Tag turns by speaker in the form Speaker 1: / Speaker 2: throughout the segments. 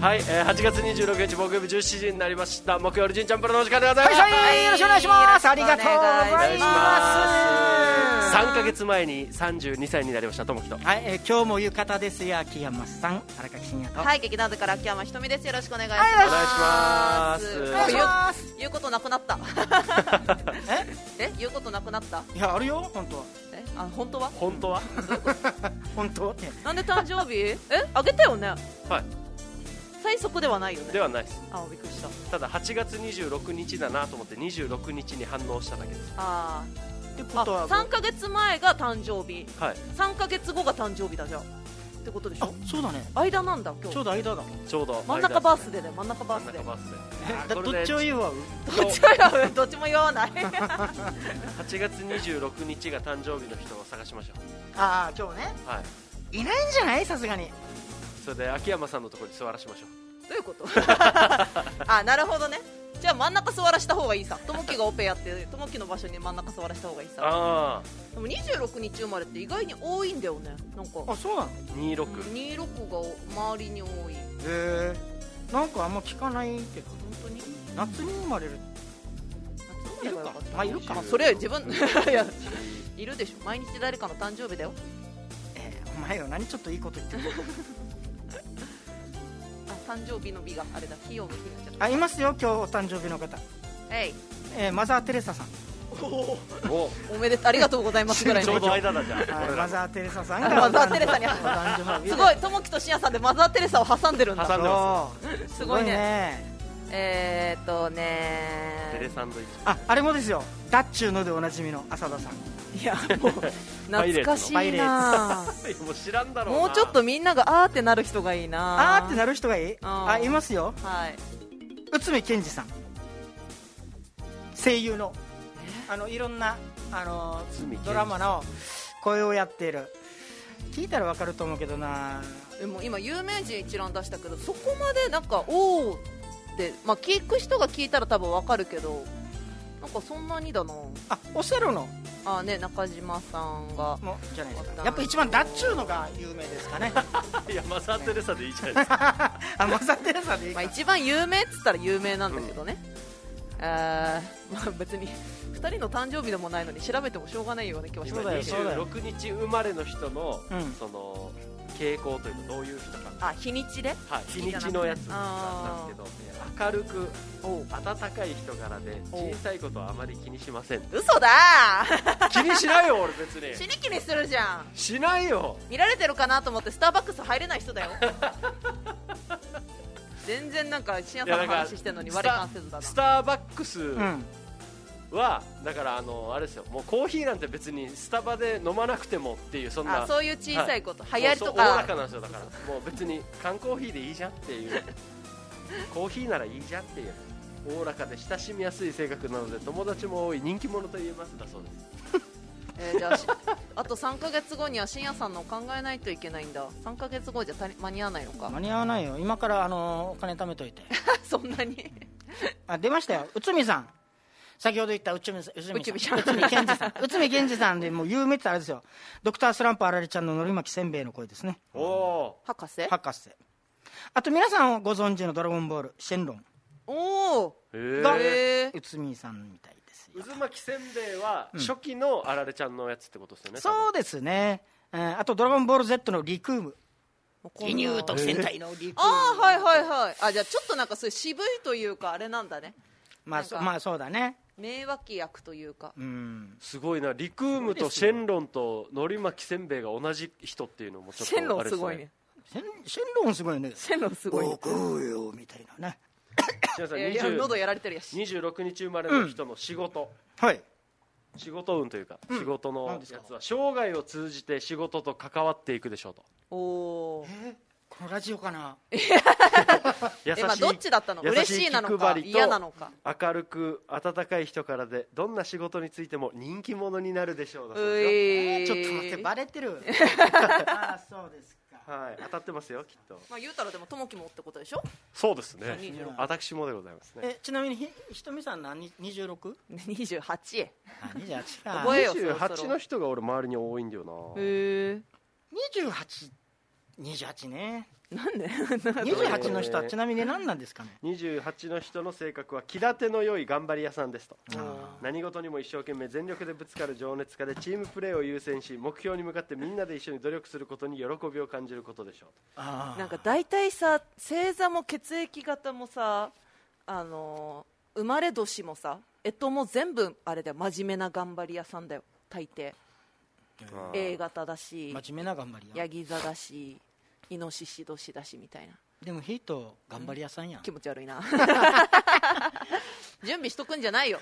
Speaker 1: はい、えー、8月26日木曜日17時になりました木曜日じんちゃんプロのお時間でございます、
Speaker 2: はい、はい、よろしくお願いします。ありがとうござい
Speaker 1: お願いし
Speaker 2: ま
Speaker 1: ま
Speaker 2: す。
Speaker 1: す3ヶ月前に32歳になりましたともきと
Speaker 2: はい、えー今日も浴衣ですよ、秋山さん、荒垣真也と。
Speaker 3: はい、劇団部から秋山ひとみです。よろしくお願いし
Speaker 1: お願
Speaker 3: ま。
Speaker 1: いしますす
Speaker 2: お願いします。
Speaker 3: 言う言うことなくなった。 え、言うことなくなった。
Speaker 2: いや、あるよ、本当は。
Speaker 3: え、あ、本当は。
Speaker 1: 本当は
Speaker 2: 本当って。
Speaker 3: なんで誕生日。え、あげたよね。
Speaker 1: はい
Speaker 3: 最速ではないよね。
Speaker 1: ではないです
Speaker 3: あ、びっくりした。
Speaker 1: ただ8月26日だなと思って26日に反応しただけです
Speaker 3: あ
Speaker 2: ってこ
Speaker 3: ー
Speaker 2: とは
Speaker 3: あ、。三ヶ月前が誕生日。
Speaker 1: はい
Speaker 3: 三ヶ月後が誕生日だじゃん。ってことでし
Speaker 2: あ
Speaker 3: ょ。、
Speaker 2: そうだね。
Speaker 3: 間なんだ、今
Speaker 2: ちょう
Speaker 3: 日。
Speaker 2: ど間だ。
Speaker 1: ちょうど
Speaker 3: 真ん中バース
Speaker 1: で
Speaker 3: デーだよ、真ん中バースデ
Speaker 1: 真
Speaker 3: ー。
Speaker 1: ん中
Speaker 3: ど
Speaker 1: バース
Speaker 2: だ
Speaker 1: デー
Speaker 2: どっちを
Speaker 1: これで
Speaker 2: 言うわ。
Speaker 3: っち も言うどっちも言わない。
Speaker 1: 8月26日が誕生日の人を探しましょ
Speaker 2: ああ、今日ね。
Speaker 1: うはい
Speaker 2: いないんじゃない、さすがに。
Speaker 1: それで秋山さんのところに座らしましょ
Speaker 3: どういうこと あなるほどねじゃあ真ん中座らした方がいいさともきがオペやってともきの場所に真ん中座らした方がいいうさ
Speaker 1: ああ
Speaker 3: でも26日生まれって意外に多いんだよねなんか
Speaker 2: あ、そうなの。
Speaker 1: 26
Speaker 3: 26が周りに多い
Speaker 2: へえ。なんかあんま聞かないけど。
Speaker 3: 本当に
Speaker 2: 夏に生まれる。
Speaker 3: 夏生まればよかった
Speaker 2: あ、いるか
Speaker 3: まあ。それより自 分 いやいるでしょ毎日誰かの誕生日だよ
Speaker 2: えーお前よ、何ちょっといいこと言ってる。
Speaker 3: あ誕生日の日があれだ日曜の日になっちゃっ
Speaker 2: あ、いますよ、今日お誕生日の方。
Speaker 3: たえい
Speaker 2: えーマザーテレサさん。
Speaker 1: お
Speaker 3: おめでとうありがとうございますぐらい
Speaker 1: ちょ
Speaker 3: の
Speaker 1: うど間だじゃん
Speaker 2: はい、
Speaker 1: 俺
Speaker 2: マ
Speaker 1: ら
Speaker 2: ザーテレサさんが
Speaker 3: マザーテレサに
Speaker 2: お誕生日
Speaker 3: すごいともきとしやさんでマザー・テレサを挟んでるんだ
Speaker 1: 挟んでます
Speaker 3: すごいね
Speaker 2: ね
Speaker 3: えー、っと
Speaker 1: テレ
Speaker 3: ね
Speaker 1: サンドイッチ
Speaker 2: ああれもですよダッチューのでおなじみの浅田さん
Speaker 3: いやもう懐かし
Speaker 2: パイ
Speaker 3: い
Speaker 2: レー
Speaker 3: な
Speaker 1: もう知らんだろうな
Speaker 3: もうちょっとみんながあーってなる人がいいな
Speaker 2: あーってなる人がいい
Speaker 3: あ
Speaker 2: あ
Speaker 3: ー
Speaker 2: いますよ
Speaker 3: はい
Speaker 2: 内海賢二さん声優のあのいろんなあの
Speaker 1: 内海賢二さん
Speaker 2: ドラマの声をやっている聞いたらわかると思うけどな
Speaker 3: でも今有名人一覧出したけどそこまでなんかおーって、まあ、聞く人が聞いたら多分わかるけどなんかそんなにだな
Speaker 2: あオセロの
Speaker 3: あーね中島さんが
Speaker 2: もじゃないですかやっぱ一番ダッチューのが有名です かね
Speaker 1: いやマザー・テレサでいいじゃないですか
Speaker 2: あマザーテレサでいい
Speaker 3: ま
Speaker 2: か
Speaker 3: あ、一番有名っつったら有名なんだけどね、あーまあ、別に2人の誕生日でもないのに調べてもしょうがないような気はし
Speaker 1: 今
Speaker 3: ま
Speaker 2: そうだよ
Speaker 3: すね
Speaker 2: そうだよ
Speaker 1: 26日生まれの人の、
Speaker 2: うん
Speaker 1: その傾向というかどういう人か、
Speaker 3: あ日にちで
Speaker 1: はい、日にちのやつなんですけど明るく温かい人柄で
Speaker 3: お
Speaker 1: 小さいことはあまり気にしません
Speaker 3: 嘘だー
Speaker 1: 気にし ないよ俺別
Speaker 3: 死
Speaker 1: に
Speaker 3: に気にするじゃん
Speaker 1: しないよ
Speaker 3: 見られてるかなと思ってスターバックス入れない人 だよ全然なんか深夜さんの話してるのに割れ感せずだな
Speaker 1: スターバックス
Speaker 2: うん
Speaker 1: は、だからあのあれですよもうコーヒーなんて別にスタバで飲まなくてもっていうそんな
Speaker 3: あそういう小さいこと、流行りと
Speaker 1: もうそうおおら
Speaker 3: か
Speaker 1: かなんですよだからもう別に缶コーヒーでいいじゃんって いうコーヒーならいいじゃんっていうおおらかで親しみやすい性格なので友達も多い人気者と言えますだそうです
Speaker 3: えーじゃあしあと3ヶ月後には深夜さんのを考えないといけないんだ3ヶ月後じゃ足り間に合わないのか
Speaker 2: 間に合わないよ今からあのお金貯めといて
Speaker 3: そんなに
Speaker 2: あ出ましたよ、内海さん、先ほど言った内海さん、内
Speaker 3: 内海
Speaker 2: 海
Speaker 3: さ
Speaker 2: さ
Speaker 3: ん
Speaker 2: ん、内海賢治さん、内海賢治さんでもう有名って言ったらあれですよ、ドクタースランプあられちゃんののり巻きせんべいの声ですね、
Speaker 1: おお
Speaker 3: 博士
Speaker 2: 博士。あと皆さんをご存知のドラゴンボール、シェンロン
Speaker 3: おお
Speaker 1: へ
Speaker 2: が
Speaker 1: え
Speaker 3: へー
Speaker 2: 内海さんみたいですよ。
Speaker 1: 渦巻きせんべいは初期のあられちゃんのやつってことですよね
Speaker 2: そうですね、えーあとドラゴンボール Z のリクーム、
Speaker 3: ギ
Speaker 2: 特戦隊のリクーム、
Speaker 3: ああはいはいはいあじゃあちょっとなんかそういう渋いというかあれなんだね
Speaker 2: まあ、
Speaker 3: なんか
Speaker 2: そまあそうだね、
Speaker 3: 名脇役というか
Speaker 2: うん、
Speaker 1: すごいなリクームとシェンロンとのり巻きせんべいが同じ人っていうのもちょっと
Speaker 3: シェンロ
Speaker 1: あ
Speaker 3: ン
Speaker 1: れ
Speaker 3: す
Speaker 1: で
Speaker 3: ごいね
Speaker 2: シェンシェンロンすごいね、
Speaker 3: シェンロンすごいね
Speaker 2: おこうよみたいなね、
Speaker 1: す皆さん
Speaker 3: いやいや喉
Speaker 1: 20
Speaker 3: やられてるやし
Speaker 1: 26日生まれの人の仕事、
Speaker 2: はい、
Speaker 1: 仕事運というか、仕事のや
Speaker 2: 何ですか
Speaker 1: つは生涯を通じて仕事と関わっていくでしょうと
Speaker 3: おお
Speaker 2: このラジオかな、
Speaker 1: 優しい
Speaker 3: えまあどっちだったの
Speaker 1: 優
Speaker 3: 嬉しいなの
Speaker 1: 気配
Speaker 3: か
Speaker 1: りと
Speaker 3: 嫌なのか
Speaker 1: 明るく温かい人からでどんな仕事についても人気者になるでしょうだ
Speaker 3: う
Speaker 1: そうですよ
Speaker 2: え
Speaker 3: い
Speaker 2: ーちょっと待って、バレて る、ああ、そうですか。
Speaker 1: はい当たってますよきっと
Speaker 3: まあ言うたらでもともきもってことでしょ
Speaker 1: そうですね
Speaker 3: 26
Speaker 1: 私もでございますね
Speaker 2: えちなみにひひとみさん何二十六？
Speaker 3: 28へ
Speaker 2: あ二十八
Speaker 3: 覚えよそろそろ
Speaker 1: 28の人が俺周りに多いんだよな
Speaker 3: え
Speaker 2: 二十八28ね
Speaker 3: なんで
Speaker 2: 28の人は
Speaker 1: えー
Speaker 2: ちなみに何なんですかね
Speaker 1: 28の人の性格は気立ての良い頑張り屋さんですと
Speaker 3: あ
Speaker 1: 何事にも一生懸命全力でぶつかる情熱家でチームプレーを優先し目標に向かってみんなで一緒に努力することに喜びを感じることでしょう
Speaker 2: あー
Speaker 3: なんか大体さ星座も血液型もさあのー生まれ年もさえとも全部あれだよ真面目な頑張り屋さんだよ大抵
Speaker 1: あー
Speaker 3: A 型だし
Speaker 2: 真面目な頑張り
Speaker 3: ヤ
Speaker 2: や
Speaker 3: ギ座だしイノシシ年だしみたいな
Speaker 2: でもヒート頑張り屋さんやん
Speaker 3: 気持ち悪いな 準備しとくんじゃないよ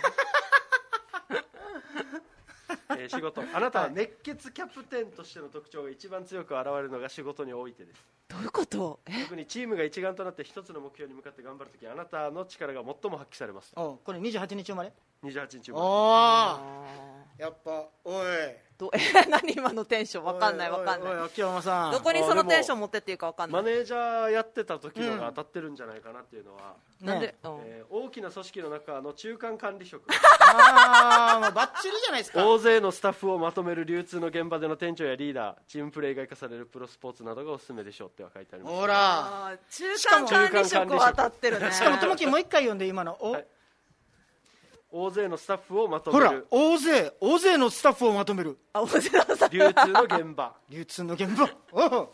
Speaker 1: えー仕事あな たは熱血キャプテンとしての特徴が一番強く現れるのが仕事において です
Speaker 3: どういうことえ
Speaker 1: 特にチームが一丸となって一つの目標に向かって頑張るときあなたの力が最も発揮されますと
Speaker 2: おうこれ28日生まれ
Speaker 1: 28日も
Speaker 2: おお
Speaker 3: あ
Speaker 2: やっぱおい
Speaker 3: ーどえ何今のテンションわかんないわかんない
Speaker 2: い秋山さん
Speaker 3: どこにそのテンション持ってっていいかわかんな
Speaker 1: マ
Speaker 3: い
Speaker 1: ネージャーやってた時のが当たってるんじゃないかなっていうのは、
Speaker 3: なんで、うん
Speaker 1: えー大きな組織の中の中間管理職
Speaker 2: ああもうバッチリじゃないですか
Speaker 1: 大勢のスタッフをまとめる流通の現場での店長やリーダーチームプレーが生かされるプロスポーツなどがおすすめでしょうっては書いてあります
Speaker 2: ほら
Speaker 3: あー中間管理職は当たってるね
Speaker 2: しかもともきもう一回読んで今のお、
Speaker 1: はい大勢のスタッフをまと
Speaker 2: ほ
Speaker 1: め
Speaker 2: ら
Speaker 1: る
Speaker 2: 大勢大勢のスタッフをまとめる
Speaker 3: あ大勢のさ
Speaker 1: 流通の現場
Speaker 2: 流通の現場おう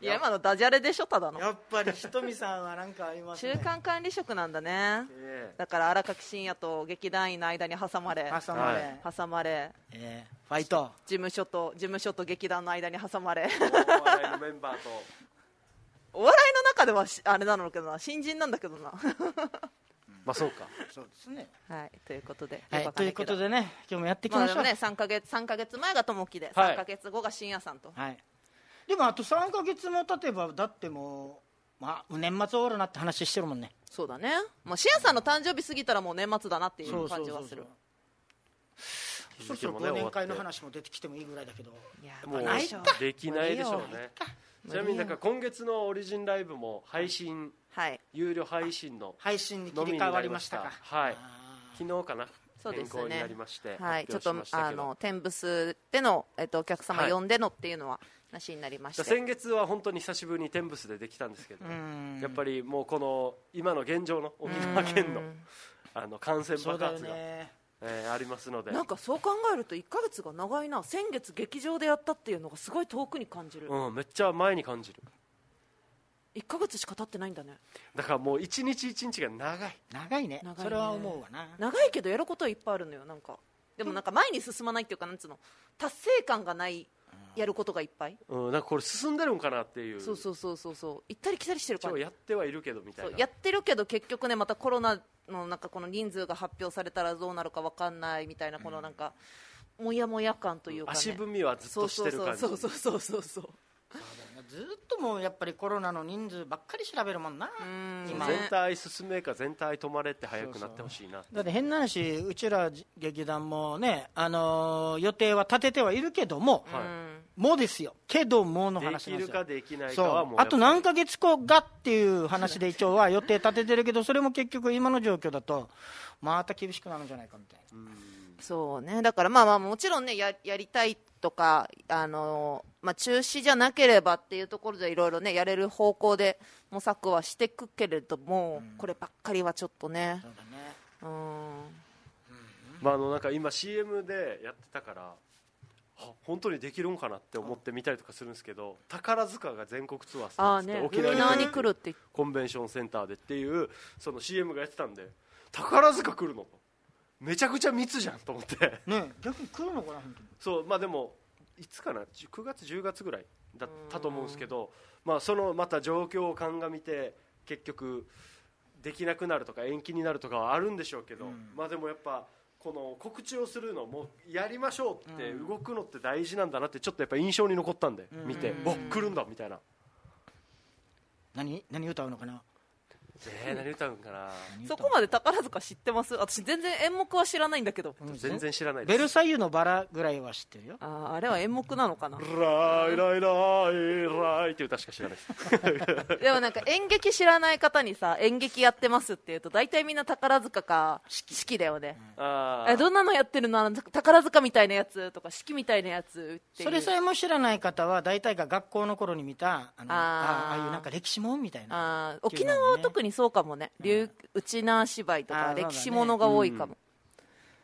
Speaker 3: いや今のダジャレでしょただの
Speaker 2: やっぱりひとみさんはなんかありますね
Speaker 3: 中間管理職なんだ ね
Speaker 1: ええ
Speaker 3: だから荒垣真也と劇団員の間に挟まれ
Speaker 2: 挟まれ、
Speaker 1: はい
Speaker 3: 挟まれ
Speaker 2: えーファイト
Speaker 3: 事務所と事務所と劇団の間に挟まれ
Speaker 1: 大笑いのメンバーと
Speaker 3: お笑いの中ではしあれなのけどな新人なんだけどな
Speaker 1: まあそうか
Speaker 2: そうですね
Speaker 3: はいということで、
Speaker 2: はい
Speaker 3: よく
Speaker 2: という
Speaker 3: わか
Speaker 2: こと
Speaker 3: んなけど
Speaker 2: でね今日もやっていき
Speaker 3: まあ
Speaker 2: まし
Speaker 3: で
Speaker 2: ょ
Speaker 3: も
Speaker 2: う、
Speaker 3: ね3か月三ヶ月前がともきで
Speaker 1: はい
Speaker 3: 3か月後が深夜さんと、
Speaker 2: はい、でもあと3か月も経てばだってもう、まあ、年末終わるなって話してるもんね
Speaker 3: そうだねもう深夜さんの誕生日過ぎたらもう年末だなってい
Speaker 2: そううそ
Speaker 3: 感
Speaker 2: う
Speaker 3: じ
Speaker 2: そ
Speaker 3: は
Speaker 2: う
Speaker 3: す
Speaker 2: そ
Speaker 3: る
Speaker 2: うそろそろ忘年会の話も出てきてもいいぐらいだけど
Speaker 3: いや
Speaker 1: もう
Speaker 3: まあないか
Speaker 1: できないでしょう
Speaker 3: 無
Speaker 1: ね
Speaker 3: 理無理よ
Speaker 1: ちなみになんか今月のオリジンライブも配信
Speaker 3: はい
Speaker 1: 有料配信の
Speaker 2: 配信に切
Speaker 1: のみ
Speaker 2: り
Speaker 1: にな
Speaker 2: 替
Speaker 1: り
Speaker 2: わりましたか
Speaker 1: はい
Speaker 2: あー
Speaker 1: 昨日かな
Speaker 3: そうで
Speaker 1: 変
Speaker 3: すね
Speaker 1: 更になりまして
Speaker 3: はい、ちょっ
Speaker 1: 発
Speaker 3: と
Speaker 1: 表しました
Speaker 3: あ
Speaker 1: けど
Speaker 3: の天ブスでの、えっと、お客様
Speaker 1: はい
Speaker 3: 呼んでのっていうのはなしになりまして、
Speaker 1: 先月は本当に久しぶりに天ブスでできたんですけど
Speaker 2: ん
Speaker 1: やっぱりもうこの今の現状の沖縄県の
Speaker 3: うん
Speaker 1: あの感染
Speaker 2: そう
Speaker 1: 爆
Speaker 2: だよ
Speaker 1: 発が、
Speaker 2: ね
Speaker 1: えーありますので
Speaker 3: なんかそう考えると1か月が長いな先月劇場でやったっていうのがすごい遠くに感じる、
Speaker 1: うん、めっちゃ前に感じる
Speaker 3: 1か月しか経ってないんだね
Speaker 1: だからもう一日一日が長い
Speaker 2: 長いね
Speaker 3: 長いね
Speaker 2: それは思うわな
Speaker 3: 長いけどやることはいっぱいあるのよなんかでもなんか前に進まないっていうかなんつうの達成感がないやることがいっぱい、
Speaker 1: うん、なんかこれ進んでるんかなっていう
Speaker 3: そうそうそうそうそう行ったり来たりしてる
Speaker 1: 一
Speaker 3: か
Speaker 1: 応
Speaker 3: ら
Speaker 1: やってはいるけどみたい
Speaker 3: そう
Speaker 1: な
Speaker 3: やってるけど結局ねまたコロナのなんかこの人数が発表されたらどうなるかわかんないみたいなこのなんか、もやもや感というか、ね、
Speaker 1: 足踏みはずっとしてる感じ
Speaker 3: そうそうそうそうそうそう
Speaker 2: ずーっともうやっぱりコロナの人数ばっかり調べるもんな
Speaker 3: うん
Speaker 2: 今
Speaker 1: 全体進めか全体止まれって早くなってほしいな
Speaker 2: だって変な話うちら劇団もね、あのー予定は立ててはいるけども、
Speaker 3: う
Speaker 1: はい
Speaker 3: ん
Speaker 2: もですよけどもの
Speaker 1: で
Speaker 2: 話
Speaker 1: き
Speaker 2: なんで
Speaker 1: る
Speaker 2: す
Speaker 1: か
Speaker 2: よ
Speaker 1: できないか
Speaker 2: そ
Speaker 1: は
Speaker 2: う
Speaker 1: もうやっぱ
Speaker 2: あ
Speaker 1: り
Speaker 2: と何ヶ月後がっていう話で一応は予定立ててるけどそれも結局今の状況だとまた厳しくなるんじゃないかみたいな
Speaker 1: うん
Speaker 3: そうねだからまあまあもちろんねややりたいとかあのーまあ中止じゃなければっていうところでいろいろねやれる方向で模索はしていくけれども、こればっかりはちょっとね
Speaker 2: そうだね
Speaker 3: うん
Speaker 1: まああのなんか今 CM でやってたからあ本当にできるんかなって思って見たりとかするんですけど宝塚が全国ツアーす
Speaker 3: あ
Speaker 1: る
Speaker 3: あ
Speaker 1: んです
Speaker 3: ね
Speaker 1: って
Speaker 3: 沖
Speaker 1: 沖縄
Speaker 3: 縄に
Speaker 1: に
Speaker 3: 来るって言って
Speaker 1: コンベンションセンターでっていうその CM がやってたんで宝塚来るのとめちゃくちゃ密じゃんと思って
Speaker 2: ねえ逆に来るのかな本当に
Speaker 1: そうまあでもいつかなじゅ9月10月ぐらいだったと思うんですけど、まあ、そのまた状況を鑑みて結局できなくなるとか延期になるとかはあるんでしょうけど、
Speaker 2: うん
Speaker 1: まあでもやっぱこの告知をするのもやりましょうって動くのって大事なんだなってちょっとやっぱ印象に残ったんで
Speaker 2: うん
Speaker 1: 見て、
Speaker 3: うん
Speaker 1: わ来るんだみたいな
Speaker 2: 何何歌うのかな
Speaker 1: えー、何歌うんかな
Speaker 3: そこまで宝塚知ってます私全然演目は知らないんだけど
Speaker 2: う ん
Speaker 1: 全然知らないで
Speaker 2: ベル
Speaker 1: す
Speaker 2: サイユのバラぐらいは知ってるよ
Speaker 3: あーあれは演目なのかな
Speaker 1: ライライライライっていう歌しか知らないです
Speaker 3: でもなんか演劇知らない方にさ演劇やってますって言うと大体みんな宝塚か四季だよね、
Speaker 1: あ
Speaker 3: え
Speaker 1: ー
Speaker 3: どんなのやってるのあの宝塚みたいなやつとか四季みたいなやつっていう
Speaker 2: それさえも知らない方は大体が学校の頃に見たあのあ
Speaker 3: あー
Speaker 2: ああいうなんか歴史もんみたいな
Speaker 3: あー沖縄は特にそうかもね琉うちな芝居
Speaker 2: あ
Speaker 3: とか
Speaker 2: ーそうだね
Speaker 3: 歴史ものが多いかも、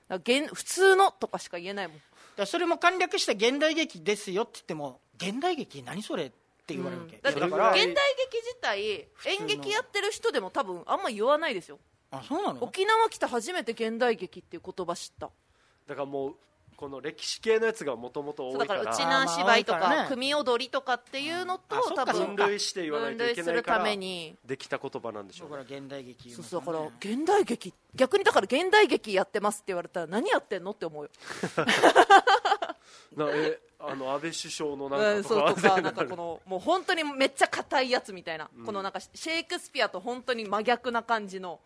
Speaker 3: だから現普通のとかしか言えないもん
Speaker 2: だからそれも簡略して現代劇ですよって言っても現代劇何それって言われるわけ、
Speaker 3: だっ
Speaker 1: そ
Speaker 3: て
Speaker 1: れ
Speaker 3: 現
Speaker 1: ぐ
Speaker 3: 代
Speaker 1: らい
Speaker 3: 劇自体
Speaker 2: 通
Speaker 3: 演
Speaker 2: の
Speaker 3: 劇やってる人でも多分あんま言わないですよ
Speaker 2: あそうなの
Speaker 3: 沖縄来て初めて現代劇っていう言葉知った
Speaker 1: だからもうこの歴史系のやつがもともと
Speaker 3: そう
Speaker 1: 多
Speaker 3: だ
Speaker 1: い
Speaker 3: か
Speaker 1: から
Speaker 3: う
Speaker 1: ら
Speaker 3: ちな芝居
Speaker 2: あ
Speaker 3: と
Speaker 2: ーまあ多いからね
Speaker 3: か組踊りとかっていうのと
Speaker 2: あそっか
Speaker 3: 多
Speaker 2: そっ
Speaker 3: 分
Speaker 1: 分類して言わない
Speaker 3: 分
Speaker 1: とい
Speaker 3: 類
Speaker 1: け
Speaker 3: す
Speaker 1: ない
Speaker 3: る
Speaker 1: か
Speaker 3: た
Speaker 1: ら
Speaker 3: めに
Speaker 1: できた言葉なんでしょ
Speaker 2: そうこ
Speaker 1: ね
Speaker 2: ら現代劇言い
Speaker 3: そう
Speaker 2: ます
Speaker 3: そうだか
Speaker 2: ね
Speaker 3: ら現代劇逆にだから現代劇やってますって言われたら何やってんのって思うよ
Speaker 1: なえ あの安倍首相の
Speaker 3: う
Speaker 1: なん
Speaker 3: ん、
Speaker 1: か
Speaker 3: そ
Speaker 1: と
Speaker 3: うと
Speaker 1: か
Speaker 3: か、なんかこの、もう本当にめっちゃ硬いやつみたいな、このなんかシェイクスピアと本当に真逆な感じの、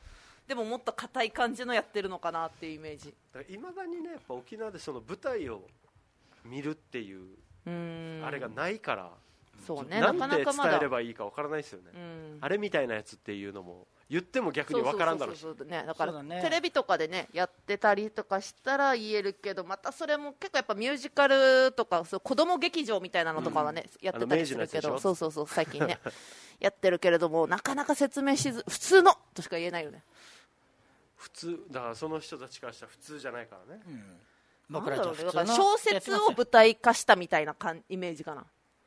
Speaker 3: でももっと硬い感じのやってるのかなっていうイメージ。
Speaker 1: いまだにねやっぱ沖縄でその舞台を見るっていう
Speaker 3: うん。
Speaker 1: あれがないから、
Speaker 3: そうね、
Speaker 1: な
Speaker 3: なか
Speaker 1: ん
Speaker 3: な
Speaker 1: て
Speaker 3: か
Speaker 1: 伝
Speaker 3: まだ。
Speaker 1: えればいいかわからないですよね、
Speaker 3: うん。
Speaker 1: あれみたいなやつっていうのも言っても逆にわからんだろうし
Speaker 3: そうそうそうそうね、だから
Speaker 2: そうだね
Speaker 3: テレビとかでねやってたりとかしたら言えるけどまたそれも結構やっぱミュージカルとかそう子供劇場みたいなのとかはね、やってたりす
Speaker 1: あ
Speaker 3: るけ
Speaker 1: の明治の
Speaker 3: ど
Speaker 1: やつでしょ
Speaker 3: そうそうそう最 近ねやってるけれどもなかなか説明しず普通のとしか言えないよね
Speaker 1: 普通だからその人たちからしたら普通じゃないからね、
Speaker 2: 僕ら
Speaker 3: な
Speaker 2: と
Speaker 3: んだろ
Speaker 2: は
Speaker 3: うね
Speaker 2: 普
Speaker 3: だ
Speaker 2: 通
Speaker 3: か
Speaker 2: の
Speaker 3: ら小説
Speaker 2: や
Speaker 3: を
Speaker 2: ってますよ
Speaker 3: 舞台化したみたいなかんイメージかな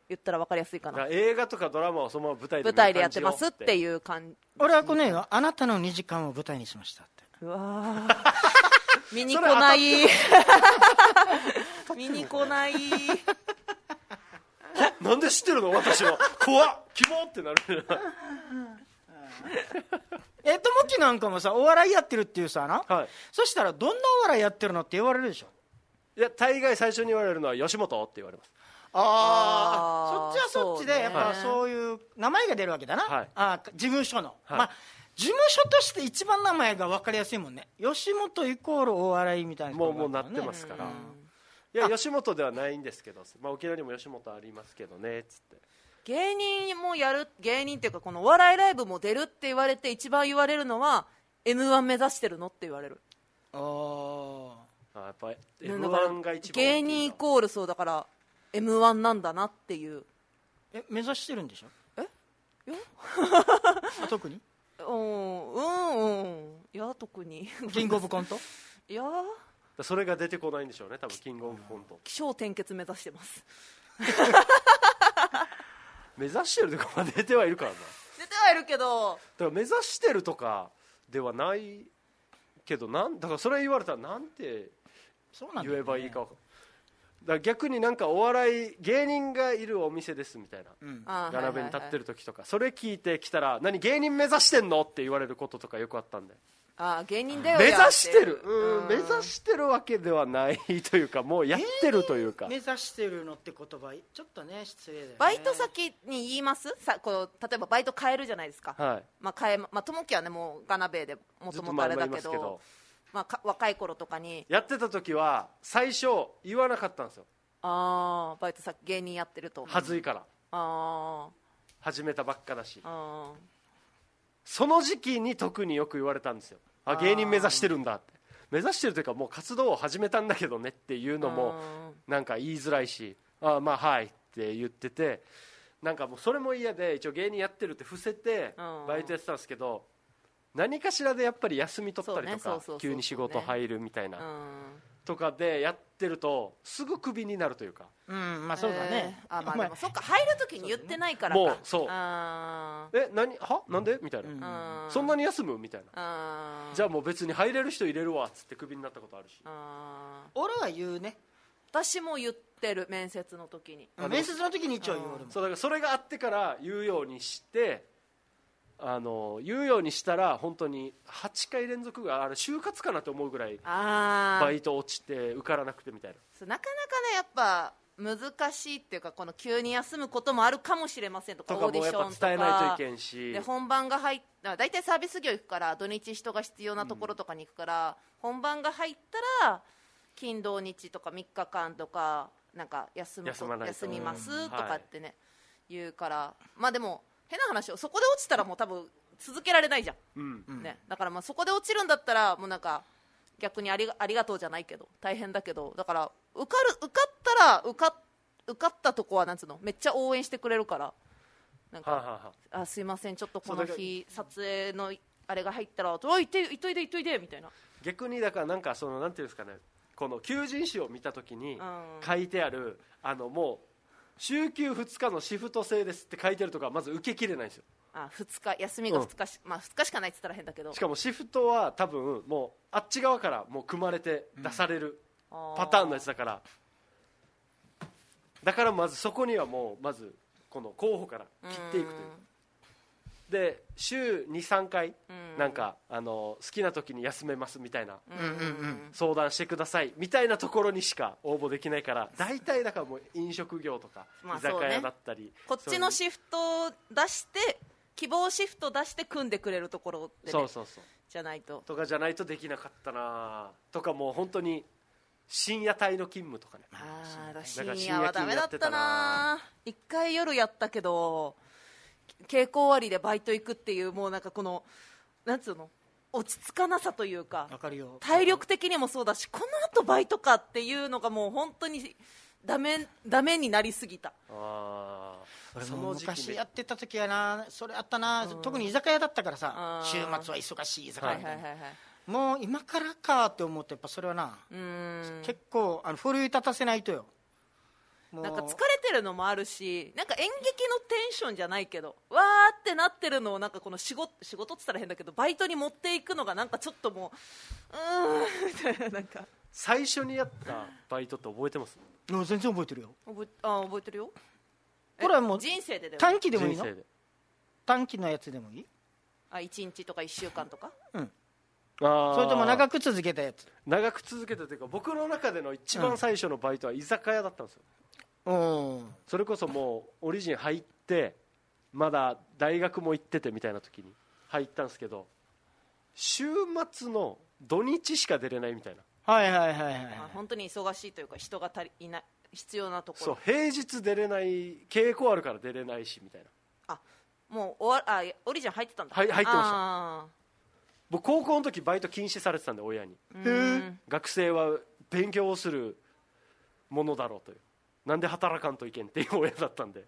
Speaker 3: 言ったら分かりやすいか
Speaker 1: だ
Speaker 3: な
Speaker 1: から映画とかドラマをそのまま舞台で
Speaker 3: 舞台でやってますって
Speaker 1: う
Speaker 3: いう感じ
Speaker 2: 俺はこの映画「あなたの2時間を舞台にしました」って
Speaker 3: うわー 見に来ない 見に来ない
Speaker 1: なんで知ってるの私は怖っキモってなる
Speaker 2: えっとモキなんかもさお笑いやってるっていうさな、
Speaker 1: はい
Speaker 2: そしたらどんなお笑いやってるのって言われるでしょ
Speaker 1: いや大概最初に言われるのは吉本って言われます
Speaker 2: ああ
Speaker 3: あー
Speaker 2: そっちはそっちで、
Speaker 3: そうね
Speaker 2: やっぱそういう名前が出るわけだな、
Speaker 1: はい
Speaker 2: あー事務所の、
Speaker 1: はい
Speaker 2: まあ事務所として一番名前が分かりやすいもんね吉本イコールお笑いみたいなと
Speaker 1: も
Speaker 2: こ
Speaker 1: うもう
Speaker 2: ろが
Speaker 1: なっ
Speaker 2: ある
Speaker 1: て
Speaker 2: らね
Speaker 1: ますから、いや吉本ではないんですけど、まあ、沖縄にも吉本ありますけどねっつって
Speaker 3: 芸人もやる芸人っていうかこのお笑いライブも出るって言われて一番言われるのは m 1目指してるのって言われる
Speaker 2: あー
Speaker 1: あやっぱり
Speaker 3: なん
Speaker 1: m
Speaker 3: だから
Speaker 1: 1が一番大きいんだ
Speaker 3: 芸人イコールそうだから m 1なんだなっていう
Speaker 2: え目指してるんでしょ
Speaker 3: え
Speaker 2: あ 特に
Speaker 3: うんうんうんいや 特に
Speaker 2: キングオブコント
Speaker 3: いや
Speaker 1: だそれが出てこないんでしょうね多分キングオブコント
Speaker 3: 気象転結目指してます
Speaker 1: 目指してるとかまで出てはいるからなだか
Speaker 3: 出てはいるけど
Speaker 1: ら目指してるとかではないけどなんだからそれ言われたらなんて
Speaker 2: そうなんだよね、
Speaker 1: 言えばいいかわかんだから逆になんかお笑い芸人がいるお店ですみたいな、
Speaker 2: ん
Speaker 3: あー
Speaker 1: 並べに立って
Speaker 3: はいはいはい
Speaker 1: る時とか、それ聞いてきたら何芸人目指してんのって言われることとかよくあったんで
Speaker 3: あー芸人だよ
Speaker 1: 目指してる
Speaker 3: う
Speaker 1: うんん目指してるわけではないというかもうやってるというか
Speaker 2: 目指してるのって言葉ちょっとね失礼だよね
Speaker 3: バイト先に言いますさこう例えばバイト変えるじゃないですか、
Speaker 1: はい
Speaker 3: まあ変えままあ、友樹はねもうガナベイでも
Speaker 1: ず
Speaker 3: と
Speaker 1: っと
Speaker 3: もとあ
Speaker 1: 前
Speaker 3: れ
Speaker 1: も言
Speaker 3: だ
Speaker 1: いま
Speaker 3: け
Speaker 1: す
Speaker 3: ど
Speaker 1: けど
Speaker 3: まあ、か若い頃とかに
Speaker 1: やってた時は最初言わなかったんですよ
Speaker 3: あーバイト先芸人やってると
Speaker 1: 恥ずいから
Speaker 3: あ
Speaker 1: 始めたばっかだし
Speaker 3: ーあ
Speaker 1: その時期に特によく言われたんですよあ芸人目指してるんだって目指してるというかもう活動を始めたんだけどねっていうのもなんか言いづらいしあまあはいって言っててなんかもうそれも嫌で一応芸人やってるって伏せて
Speaker 3: うん
Speaker 1: バイトやってたんですけど何かしらでやっぱり休み取ったりと
Speaker 3: そうねそう
Speaker 1: か
Speaker 3: そうそうそうね
Speaker 1: 急に仕事入るみたい
Speaker 3: ー
Speaker 1: な
Speaker 3: うん
Speaker 1: とかでやってるとすぐクビになるというか
Speaker 2: うんまあそうだね、
Speaker 3: えーあま
Speaker 2: お
Speaker 3: あ
Speaker 2: 前
Speaker 3: でもそっか入るときに言ってないからか
Speaker 1: もうそう
Speaker 3: あ
Speaker 1: え何はなんでみたい
Speaker 2: うん
Speaker 1: な
Speaker 3: ー
Speaker 1: そんなに休むみたいな
Speaker 3: あー
Speaker 1: じゃあもう別に入れる人入れるわっつってクビになったことあるし
Speaker 3: あー
Speaker 2: 俺は言うね
Speaker 3: 私も言ってる面接の時に
Speaker 1: あの
Speaker 2: 面接の時に一応言う俺も
Speaker 1: そうだからそれがあってから言うようにしてあの言うようにしたら本当に8回連続があれ就活かなと思うぐらい
Speaker 3: ああ
Speaker 1: バイト落ちて受からなくてみたいな
Speaker 3: そうなかなかねやっぱ難しいっていうかこの急に休むこともあるかもしれませんとか
Speaker 1: とか
Speaker 3: オーデ
Speaker 1: も
Speaker 3: ィ
Speaker 1: や
Speaker 3: シ
Speaker 1: っ
Speaker 3: ョ
Speaker 1: ぱ
Speaker 3: ンとか
Speaker 1: 伝えないといけんし
Speaker 3: で本番が入った大体サービス業行くから土日人が必要なところとかに行くから、本番が入ったら金土日とか3日間とかなんか休むこ
Speaker 1: 休まないと
Speaker 3: 休みます
Speaker 1: ん
Speaker 3: とかってね、言うからまあでも変な話をそこで落ちたらもう多分続けられないじゃん
Speaker 1: うん
Speaker 3: ね、だからまあそこで落ちるんだったらもうなんか逆にありがありがとうじゃないけど大変だけどだから受かる受かったら受か受かったとこはなんつうのめっちゃ応援してくれるからなん
Speaker 1: はあ、は
Speaker 3: か
Speaker 1: あはあ
Speaker 3: あすいませんちょっとこ
Speaker 1: そう
Speaker 3: の
Speaker 1: だから
Speaker 3: 日撮影のあれが入ったらおい行って行っといで行っといでみたいな
Speaker 1: 逆にだからなんかそのなんていうんですかねこの求人誌を見た時に
Speaker 3: うん
Speaker 1: 書いてあるあのもう週休2日のシフト制ですって書いてるとかまず受けきれないんですよ
Speaker 3: あ2日休みが2日し、まあ2日しかないって言ったら変だけど
Speaker 1: しかもシフトは多分もうあっち側からもう組まれて出されるパ
Speaker 3: パ
Speaker 1: ターンのやつだからだからまずそこにはもうまずこの候補から切っていくというで週23回
Speaker 3: うん
Speaker 1: なんかあの好きな時に休めますみたいな
Speaker 3: うんうん
Speaker 1: 相談してくださいみたいなところにしか応募できないから大体だからもう飲食業とか
Speaker 3: まあ
Speaker 1: 居酒
Speaker 3: そうね
Speaker 1: 屋だったり、
Speaker 3: こっちのシフトを出して希望シフト出して組んでくれるところで、ね、
Speaker 1: そういうそうそうそう
Speaker 3: じゃないと
Speaker 1: とかじゃないとできなかったなとかもう本当に深夜帯の勤務とかねだ
Speaker 3: ああ
Speaker 1: から
Speaker 3: 深夜はダメだったな一回夜やったけど稽古終わりでバイト行くっていうもうなんかこのなんつうの落ち着かなさというか
Speaker 2: わかるよ
Speaker 3: 体力的にもそうだしこのあとバイトかっていうのがもう本当にダメダメになりすぎた
Speaker 1: ああ
Speaker 2: 俺も昔
Speaker 1: め
Speaker 2: やってた時やなそれあったな、特に居酒屋だったからさ
Speaker 3: あー
Speaker 2: 週末は忙しい居酒
Speaker 1: は
Speaker 2: 屋
Speaker 1: い
Speaker 2: みたいな、もう今からかって思ってやっぱそれはな、
Speaker 3: うーん
Speaker 2: 結構あの奮い立たせないとよもう
Speaker 3: なんか疲れてるのもあるしなんか演劇のテンションじゃないけどわーってなってるのをなんかこの仕事仕事って言ったら変だけどバイトに持っていくのがなんかちょっともううーんみたいななんか
Speaker 1: 最初にやったバイトって覚えてます
Speaker 2: もう全然覚えてるよ
Speaker 3: 覚えあ覚えてるよえ
Speaker 2: これはもう
Speaker 3: 人生でだよね
Speaker 2: 短期でもいい
Speaker 1: 人
Speaker 2: の
Speaker 1: 生で
Speaker 2: 短期のやつでもいい
Speaker 3: あ1日とか1週間とか
Speaker 2: そ
Speaker 1: そ
Speaker 2: れとも長
Speaker 1: く
Speaker 2: く続けたやつ
Speaker 1: 長く続けたというか僕の中での一番最初のバイトは居酒屋だったんですよ
Speaker 2: うん
Speaker 1: それこそもうオリジン入ってまだ大学も行っててみたいな時に入ったんですけど週末の土日しか出れないみたいな
Speaker 2: はいはいはいはい
Speaker 3: あ本当に忙しいというか人が足りいない必要なとこ
Speaker 1: そう
Speaker 3: ろ
Speaker 1: 平日出れない傾向あるから出れないしみたいな
Speaker 3: あもう終わあいやオリジン入ってたんだ
Speaker 1: はい入ってました
Speaker 3: あ
Speaker 1: 僕高校の時バイト禁止されてたんで親に
Speaker 3: ーうーん
Speaker 1: 学生は勉強をするものだろうというなんで働かんといけんっていう親だったんで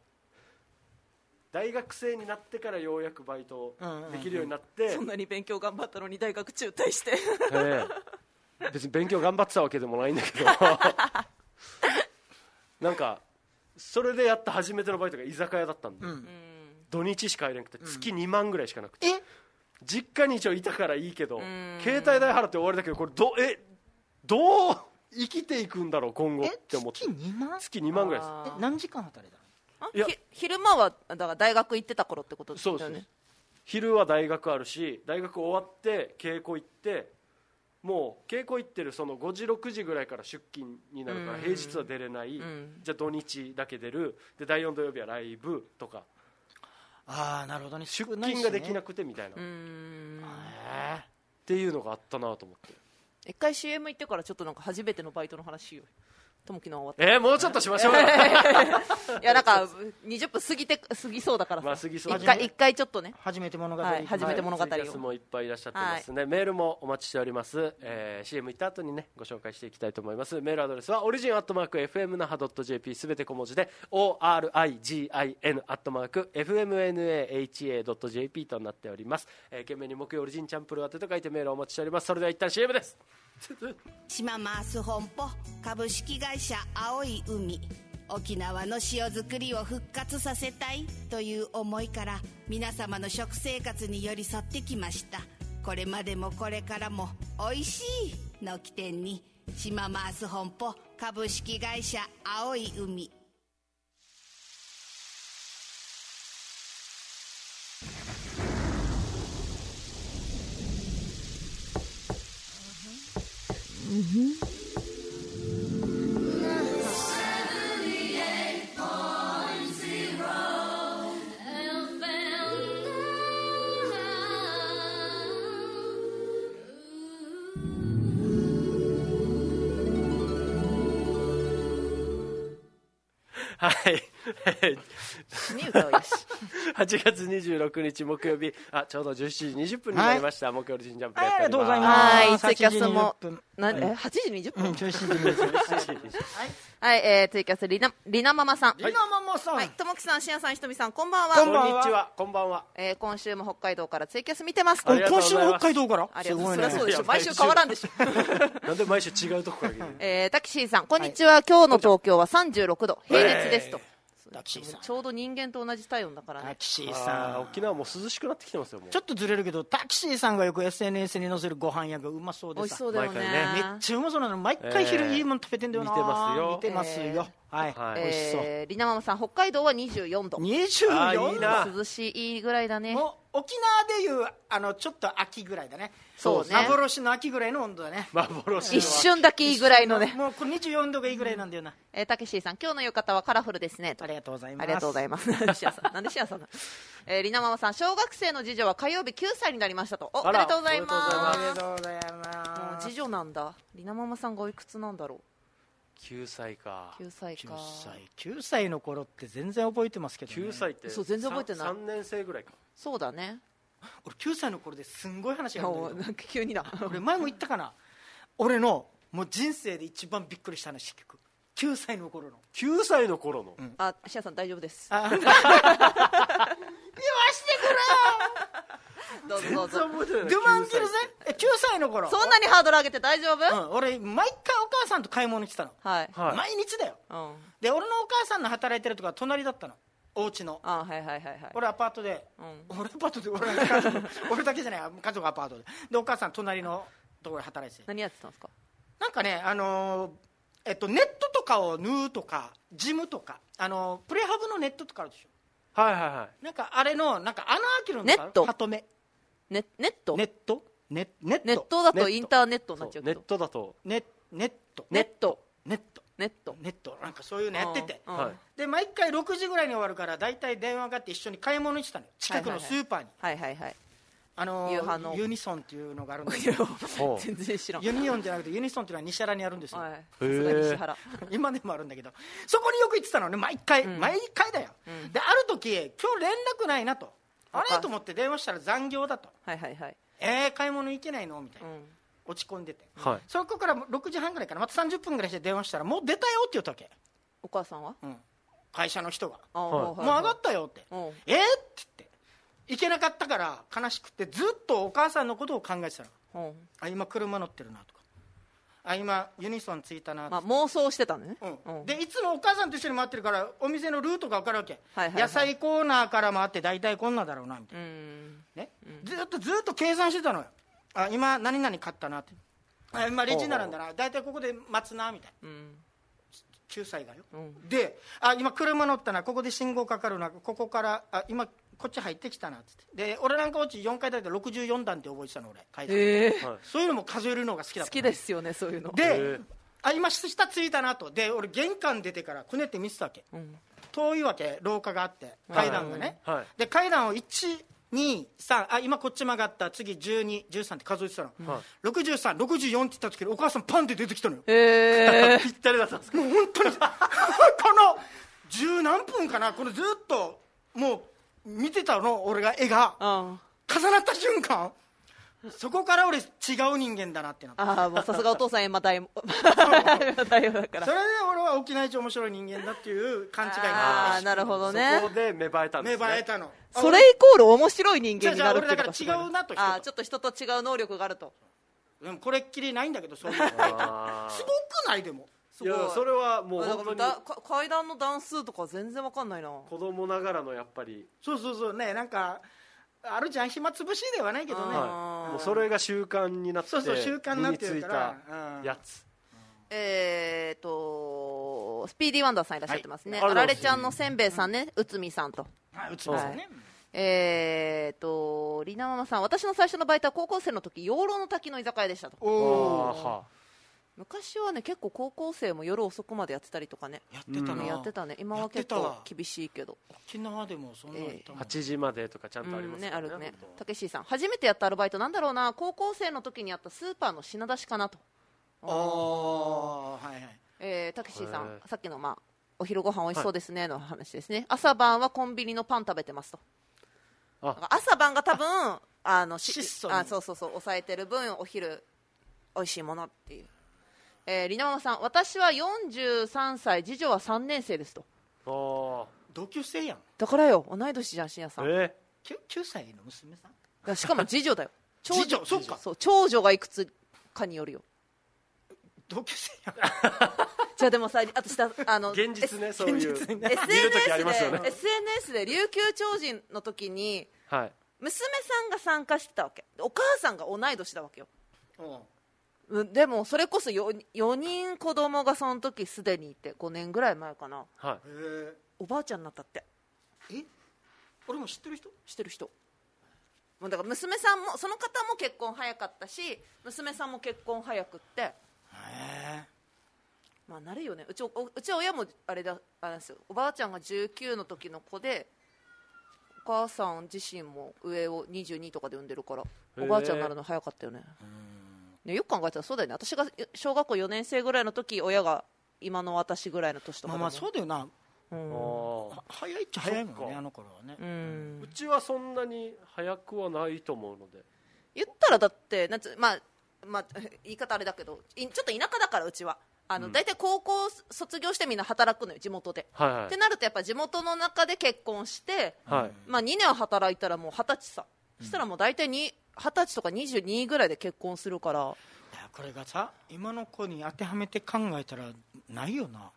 Speaker 1: 大学生になってからようやくバイトできるようになって、
Speaker 3: そんなに勉強頑張ったのに大学中退して
Speaker 1: ええ別に勉強頑張ってたわけでもないんだけどなんかそれでやった初めてのバイトが居酒屋だったんで、
Speaker 2: ん
Speaker 3: うん
Speaker 1: 土日しか入れなくて月2万ぐらいしかなくて、
Speaker 2: え
Speaker 1: 実家に一応いたからいいけど
Speaker 3: ん
Speaker 1: 携帯代払って終わりだけどこれどえどう生きていくんだろう今後っ
Speaker 2: え
Speaker 1: て思って
Speaker 2: 月2万
Speaker 1: 月2万ぐらいです
Speaker 3: あ
Speaker 2: え
Speaker 3: ー
Speaker 2: 何時間働いたの
Speaker 3: あ
Speaker 1: いや
Speaker 3: ひ昼間はだから大学行ってた頃ってことです
Speaker 1: そ
Speaker 3: よ
Speaker 1: う
Speaker 3: ね
Speaker 1: です昼は大学あるし大学終わって稽古行ってもう稽古行ってるその5時6時ぐらいから出勤になるから
Speaker 3: うん
Speaker 1: 平日は出れない、
Speaker 3: ん
Speaker 1: じゃあ土日だけ出るで第4土曜日はライブとか
Speaker 2: ああなるほどね
Speaker 1: 出勤ができな
Speaker 2: く
Speaker 1: くてみたいな、
Speaker 3: うー
Speaker 1: っ
Speaker 3: ん
Speaker 1: ていうのがあったなと思って
Speaker 3: 一回 CM 行ってからちょっとなんか初めてのバイトの話しようよともきの終わった
Speaker 1: えー、もうちょっとしましょうよ
Speaker 3: いやなんか20分過ぎて過ぎそうだからさ
Speaker 1: まあ過ぎそう
Speaker 3: 一回一回ちょっとね
Speaker 2: 初めて物語
Speaker 3: はい 初めて物語を
Speaker 1: はいツイキャスもいっぱいいらっしゃってますね、メールもお待ちしております、えー CM 行った後にねご紹介していきたいと思いますメールアドレスはオリジンアットマーク FM 那覇 .jp すべて小文字で origin アットマーク FMNAHA.jp となっております、えー、懸命に木曜オリジンチャンプル宛てと書いてメールをお待ちしておりますそれでは一旦 CM です
Speaker 4: 島マース本舗株式会社青い海沖縄の塩作りを復活させたいという思いから皆様の食生活に寄り添ってきましたこれまでもこれからも「おいしい」の起点に島マース本舗株式会社青い海
Speaker 5: 「
Speaker 1: はい
Speaker 3: 死に歌う よし
Speaker 1: 8月26日木曜日あちょうど17時20分になりました、木曜日新ジャンプ
Speaker 2: はい、ありがとうござい
Speaker 1: す
Speaker 2: ま
Speaker 3: は
Speaker 2: す。
Speaker 3: いツイキャスも
Speaker 2: 8時20分
Speaker 3: なえ8時20
Speaker 2: う
Speaker 3: 分
Speaker 2: ん、中心的です。
Speaker 3: はい、えー、ツイキャスリナリナママさん
Speaker 2: りなママさん、
Speaker 3: はいともきさんしんやさんひとみさんこんばんは
Speaker 2: こ
Speaker 1: こんにちはこんばんは
Speaker 3: えー今週も北海道からツイキャス見てます
Speaker 1: ありがとう
Speaker 2: 今週も北海道から
Speaker 3: あり
Speaker 2: す
Speaker 3: がとう
Speaker 2: ごい
Speaker 3: そ
Speaker 2: ね
Speaker 3: りゃ。そうでしょ
Speaker 1: いや毎
Speaker 3: 毎
Speaker 1: 週
Speaker 3: 週変わらんでしょ
Speaker 1: なんで毎週違うとこから来てる
Speaker 3: えータキシーさんこんにちは、今日の東京は36度平熱ですと、
Speaker 2: タキシーさん
Speaker 3: ちょうど人間と同じ体温だから
Speaker 2: タ
Speaker 3: ね
Speaker 2: キシー
Speaker 1: あー
Speaker 2: さん。
Speaker 1: 沖縄もう涼しくなってきてますよもう
Speaker 2: ちょっとずれるけど、タキシーさんがよく SNS に載せるご飯屋がうまそうで
Speaker 3: 美
Speaker 2: さ。
Speaker 3: 味しそうだよね
Speaker 1: 毎回
Speaker 2: めっちゃうまそうなの。毎回昼
Speaker 1: えー
Speaker 2: いいもの食べてんだよな。
Speaker 1: 見てますよ
Speaker 2: 見てますよ。はい、
Speaker 1: はい
Speaker 2: 美味しそう。
Speaker 3: えー、リナママさん北海道は24度
Speaker 1: あー
Speaker 2: 24
Speaker 1: いい
Speaker 2: 度
Speaker 1: な
Speaker 3: 涼しいいいぐらいだね
Speaker 2: もう沖縄でいうあのちょっと秋ぐらいだね
Speaker 3: そうね
Speaker 2: 幻の秋ぐらいの温度だね
Speaker 1: 幻
Speaker 3: 一瞬だけいいぐらいのね、
Speaker 2: もうこれ24度がいいぐらいなんだよな、
Speaker 3: えー、タキシーさん今日の浴衣はカラフルですねと
Speaker 2: ありがとうございます
Speaker 3: ありがとうございますシアさんなんでシアさんなのえー、リナママさん小学生の次女は火曜日9歳になりましたとお
Speaker 1: あ
Speaker 3: おめ
Speaker 1: ら
Speaker 3: でとうございま
Speaker 2: あ
Speaker 3: す
Speaker 2: りがとうござい
Speaker 3: もう
Speaker 2: ます
Speaker 3: 次女なんだリナママさんがおいくつなんだろ
Speaker 1: 9歳か
Speaker 3: う9歳か
Speaker 2: 9歳9歳の頃って全然覚えてますけど、ね、
Speaker 1: 9歳って
Speaker 3: そう全然覚えてない
Speaker 1: 3年生ぐらいか
Speaker 3: そうだね
Speaker 2: 俺9歳の頃ですんごい話があるんだ
Speaker 3: お
Speaker 2: け
Speaker 3: な
Speaker 2: ど
Speaker 3: んか急にだ
Speaker 2: 俺前も言ったかな俺のもう人生で一番びっくりした話聞く9歳の頃の
Speaker 1: 9歳の頃の、
Speaker 3: あシアさん大丈夫です
Speaker 2: あ
Speaker 3: どうぞどうぞ
Speaker 1: 覚えてな
Speaker 2: ド
Speaker 1: い
Speaker 2: ゥマンギルぜえ9歳の頃
Speaker 3: そんなにハードル上げて大丈夫、
Speaker 2: うん、俺毎回お母さんと買い物に来たの、
Speaker 3: はい、
Speaker 1: はい
Speaker 2: 毎日だよ
Speaker 3: うん
Speaker 2: で俺のお母さんの働いてるとこは隣だったのお家の
Speaker 3: あはいはいはいはい
Speaker 2: 俺アパートで、
Speaker 3: う
Speaker 2: 俺アパートで俺の家族 俺だけじゃない家族アパートででお母さん隣のところで働いてて
Speaker 3: 何やってたんですか
Speaker 2: なんかねあのーえっと、ネットとかを縫うとかジムとか、あのープレハブのネットとかあるでしょ
Speaker 1: はいはいはい
Speaker 2: なんかあれのなんか穴開けるの
Speaker 3: ネット
Speaker 2: ハトメ
Speaker 3: ネネット
Speaker 2: ネットネネット
Speaker 3: ネットだとインタ
Speaker 2: ー
Speaker 3: ーネットになっちゃう
Speaker 1: ネ
Speaker 3: け
Speaker 1: ッ
Speaker 3: ど
Speaker 1: トだと
Speaker 2: ネネット
Speaker 3: ネット
Speaker 2: ネット
Speaker 3: ネット
Speaker 2: ネットなんかそういうのやってて
Speaker 3: うん
Speaker 1: はい
Speaker 2: で毎回6時ぐらいに終わるから大体電話があって一緒に買い物に来たのよ近くのスーパーに、
Speaker 3: はいはいはい
Speaker 2: あのー
Speaker 3: 夕飯の
Speaker 2: ユニソンっていうのがあるんです
Speaker 3: い
Speaker 2: よ
Speaker 3: や全然知らん
Speaker 2: ユニオンじゃなくてユニソンっていうのは西原にあるんですよ、
Speaker 3: はいさすがに石原
Speaker 2: 今でもあるんだけどそこによく行ってたのね毎回、毎回だよ、である時今日連絡ないなとあれと思って電話したら残業だと
Speaker 3: はいはいはい
Speaker 2: えー、買い物行けないのみたいうな、
Speaker 3: ん
Speaker 2: 落ち込んでて、
Speaker 1: はい
Speaker 2: そこから6時半ぐらいからまた30分ぐらいして電話したらもう出たよって言ったわけ、
Speaker 3: お母さんは
Speaker 2: うん、会社の人が
Speaker 3: あ
Speaker 1: はい
Speaker 3: も
Speaker 2: もう上がったよって、
Speaker 3: うん
Speaker 2: えー、って言って行けなかったから悲しくてずっとお母さんのことを考えてたの
Speaker 3: たうん
Speaker 2: あ今車乗ってるなとかあ今ユニソン着いたなと
Speaker 3: まあ
Speaker 2: か、
Speaker 3: 妄想してたのね
Speaker 2: うん
Speaker 3: うん
Speaker 2: でいつもお母さんと一緒に回ってるからお店のルートが分かるわけ、
Speaker 3: はいはいはい
Speaker 2: 野菜コーナーから回って大体こんなだろうなみた
Speaker 3: う
Speaker 2: い
Speaker 3: ん
Speaker 2: な、ねずっとずっと計算してたのよあ今何々買ったなってあ今レジ並んだな大体ここで待つなみたいな
Speaker 3: うん
Speaker 2: 9歳がよ、
Speaker 3: うん
Speaker 2: であ今車乗ったなここで信号かかるなここからあ今こっち入ってきたなっつってで俺なんか落ち4階だって64段って覚えてたの俺階段、
Speaker 3: へえ
Speaker 1: はい
Speaker 2: そういうのも数えるのが好きだっ
Speaker 3: 好
Speaker 2: た
Speaker 3: きですよねそういうの
Speaker 2: で、
Speaker 1: ー
Speaker 2: あ今下着いたなとで俺玄関出てからくねって見てたわけ
Speaker 3: うん
Speaker 2: 遠いわけ廊下があって階段がね、
Speaker 1: はい
Speaker 2: で階段を123あ今こっち曲がった次1213って数えてたの、
Speaker 1: はい
Speaker 2: 6364って言った時にお母さんパンって出てきたのよ
Speaker 3: へ え
Speaker 1: ぴったりだったんですか
Speaker 2: もう本当に この十何分かなこのずっともう見てたの俺が絵が
Speaker 3: あ
Speaker 2: 重なった瞬間そこから俺違う人間だなってなった
Speaker 3: あもうさすがお父さん今 大今大王だか
Speaker 2: それで
Speaker 3: ら
Speaker 2: 俺は沖縄一面白い人間だっていう勘違いが
Speaker 3: ああーなるほど
Speaker 1: そ
Speaker 3: ね
Speaker 1: こで芽生えたんで
Speaker 2: 芽
Speaker 1: す、ね、
Speaker 2: 生えたの
Speaker 3: それイコール面白い人間になるってこと
Speaker 2: じゃあじゃあ俺だから違うなと人と
Speaker 3: ああちょっと人と違う能力があると
Speaker 2: でもこれっきりないんだけどそういうのすご
Speaker 1: あ
Speaker 2: くないでも
Speaker 1: ーいやそれはもう
Speaker 3: だ
Speaker 1: 本当
Speaker 3: から
Speaker 1: に
Speaker 3: だか階段の段数とか全然わかんないな
Speaker 1: 子供ながらのやっぱり、
Speaker 2: そうそうそうねなんかあるじゃん暇つぶしではないけどね
Speaker 3: あ
Speaker 1: はい、
Speaker 3: ー
Speaker 1: もうそれが習慣になって
Speaker 2: そうそう習慣になってるから
Speaker 1: 身についたやつ、
Speaker 3: えー、とスピーディーワンダーさんいらっしゃってますね、
Speaker 1: はい
Speaker 3: あられちゃんのせんべいさんね内海さんと
Speaker 2: はい内海さんね
Speaker 3: えー、とりなママさん私の最初のバイトは高校生の時養老の滝の居酒屋でしたと
Speaker 2: お
Speaker 1: あー
Speaker 2: お
Speaker 1: は
Speaker 3: 昔はね結構高校生も夜遅くまでやってたりとかね
Speaker 2: やってたな
Speaker 3: やってたね今
Speaker 2: や
Speaker 3: は
Speaker 2: って
Speaker 3: 結
Speaker 2: たわ
Speaker 3: 構厳しいけど
Speaker 2: 沖縄でもそんなのいたもん
Speaker 1: 8時までとかちゃんとありま
Speaker 3: うん
Speaker 1: す
Speaker 3: ね
Speaker 1: よ
Speaker 3: あるね
Speaker 1: 本当
Speaker 3: たけしさん初めてやったアルバイトなんだろうな高校生の時にやったスーパーの品出しかなと
Speaker 2: ああはいはい
Speaker 3: えーたけしさ
Speaker 1: へ
Speaker 3: んさっきのまあお昼ご飯美味しそうですねの話ですね、朝晩はコンビニのパン食べてますと
Speaker 1: あ
Speaker 3: だから朝晩が多分あのし
Speaker 2: 質素に
Speaker 3: あそうそうそう抑えてる分お昼美味しいものっていう、えー、リナママさん私は43歳次女は3年生ですと
Speaker 1: あー
Speaker 2: 同級生やん
Speaker 3: だからよ同い年じゃん深夜さんだか
Speaker 1: え
Speaker 2: 9, 9歳の娘さん
Speaker 3: らしかも次女だよ
Speaker 2: 次女そっか
Speaker 3: そう長女がいくつかによるよ
Speaker 2: 同級生やん
Speaker 3: じゃあでもさ私だあの
Speaker 1: 現実ねそういう
Speaker 2: 現 実
Speaker 1: 見
Speaker 2: ね
Speaker 1: る時ありますよ
Speaker 3: SNS で
Speaker 1: ね
Speaker 3: SNS で琉球超人の時に
Speaker 1: はい
Speaker 3: 娘さんが参加してたわけお母さんが同い年だわけよ
Speaker 2: うん
Speaker 3: うんでもそれこそ 4, 4人子供がその時すでにいて5年ぐらい前かな
Speaker 1: はい
Speaker 2: へー
Speaker 3: おばあちゃんになったって
Speaker 2: え俺も知ってる人
Speaker 3: してる人もうだから娘さんもその方も結婚早かったし娘さんも結婚早くって
Speaker 2: へ
Speaker 3: まあなるよねうちおうちは親もあれだあれなんですよおばあちゃんが19の時の子でお母さん自身も上を22とかで産んでるから
Speaker 1: ー
Speaker 3: おばあちゃんになるの早かったよねねよく考えたらそうだよね私が小学校4年生ぐらいの時親が今の私ぐらいの年と
Speaker 2: ま
Speaker 3: か
Speaker 2: あま
Speaker 3: だもん
Speaker 2: あそうだよな
Speaker 3: うん
Speaker 1: あ
Speaker 2: は早いっちゃ早いも
Speaker 1: そ
Speaker 2: ん
Speaker 1: っ
Speaker 2: ね
Speaker 1: か
Speaker 2: あの頃はね
Speaker 3: うん
Speaker 1: ーうちはそんなに早くはないと思うので
Speaker 3: 言ったらだってなんつまあまあ言い方あれだけどいちょっと田舎だからうちはあの、
Speaker 1: うん
Speaker 3: 大体高校卒業してみんな働くのよ地元で、
Speaker 1: はい
Speaker 3: っ
Speaker 1: は
Speaker 3: て
Speaker 1: い
Speaker 3: なるとやっぱ地元の中で結婚して、
Speaker 1: はい
Speaker 3: まあ、2年働いたらもう二十歳さそしたらもう大体に二十歳とか22ぐらいで結婚するから
Speaker 2: いやこれがさ今の子に当てはめて考えたらないよな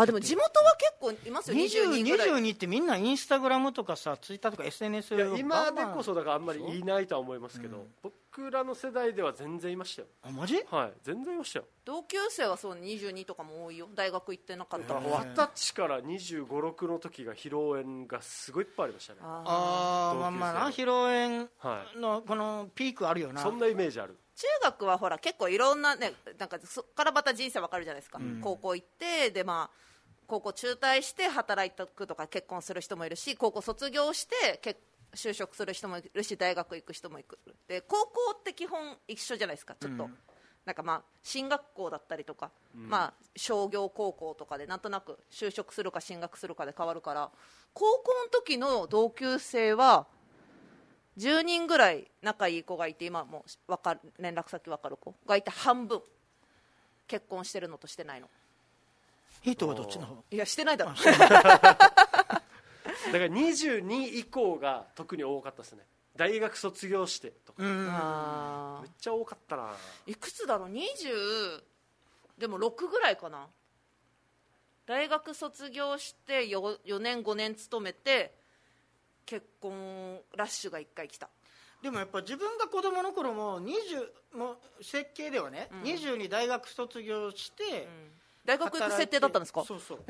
Speaker 3: あでも地元は結構いますよ22ぐらい
Speaker 2: 22ってみんなインスタグラムとかさツイッターとか SNS
Speaker 1: いや今で
Speaker 2: バンバン
Speaker 1: こそだからあんまりいないとは思いますけど、
Speaker 2: うん
Speaker 1: 僕らの世代では全然いましたよ
Speaker 2: あマジ
Speaker 1: はい全然いましたよ
Speaker 3: 同級生はそう22とかも多いよ大学行ってなかった
Speaker 1: だ
Speaker 3: 子
Speaker 1: から
Speaker 3: は、
Speaker 1: 二十歳から2 5六6の時が披露宴がすごいいっぱいありましたね
Speaker 3: あー
Speaker 2: あ
Speaker 1: 同級
Speaker 2: ー
Speaker 1: 生
Speaker 2: まあまあな披露
Speaker 1: は
Speaker 2: 宴のこのピークあるよ
Speaker 1: い
Speaker 2: な
Speaker 1: そんなイメージある
Speaker 3: 中学はほら結構いろんなねなんかそっからまた人生わかるじゃないですか、
Speaker 2: ん
Speaker 3: 高校行ってでまあ高校中退して働いてくとか結婚する人もいるし高校卒業して結就職する人もいるし大学行く人もいるで高校って基本一緒じゃないですかちょっと、
Speaker 2: うん
Speaker 3: なんかまあ進学校だったりとか、まあ、商業高校とかでなんとなく就職するか進学するかで変わるから高校の時の同級生は10人ぐらい仲いい子がいて今もうわかる連絡先分かる子がいて半分結婚してるのとしてないの
Speaker 2: ヒートはどっちの方
Speaker 3: いやしてないだろ
Speaker 1: だから22以降が特に多かったですね大学卒業してとか、
Speaker 2: うん
Speaker 3: あ
Speaker 1: めっちゃ多かったな
Speaker 3: ーいくつだろう20でも6ぐらいかな大学卒業して 4, 4年5年勤めて結婚ラッシュが1回来た
Speaker 2: でもやっぱ自分が子供の頃も20もう設計ではね、
Speaker 3: ん
Speaker 2: 22大学卒業して、
Speaker 3: 大学行く設定だったんですか
Speaker 2: そうそう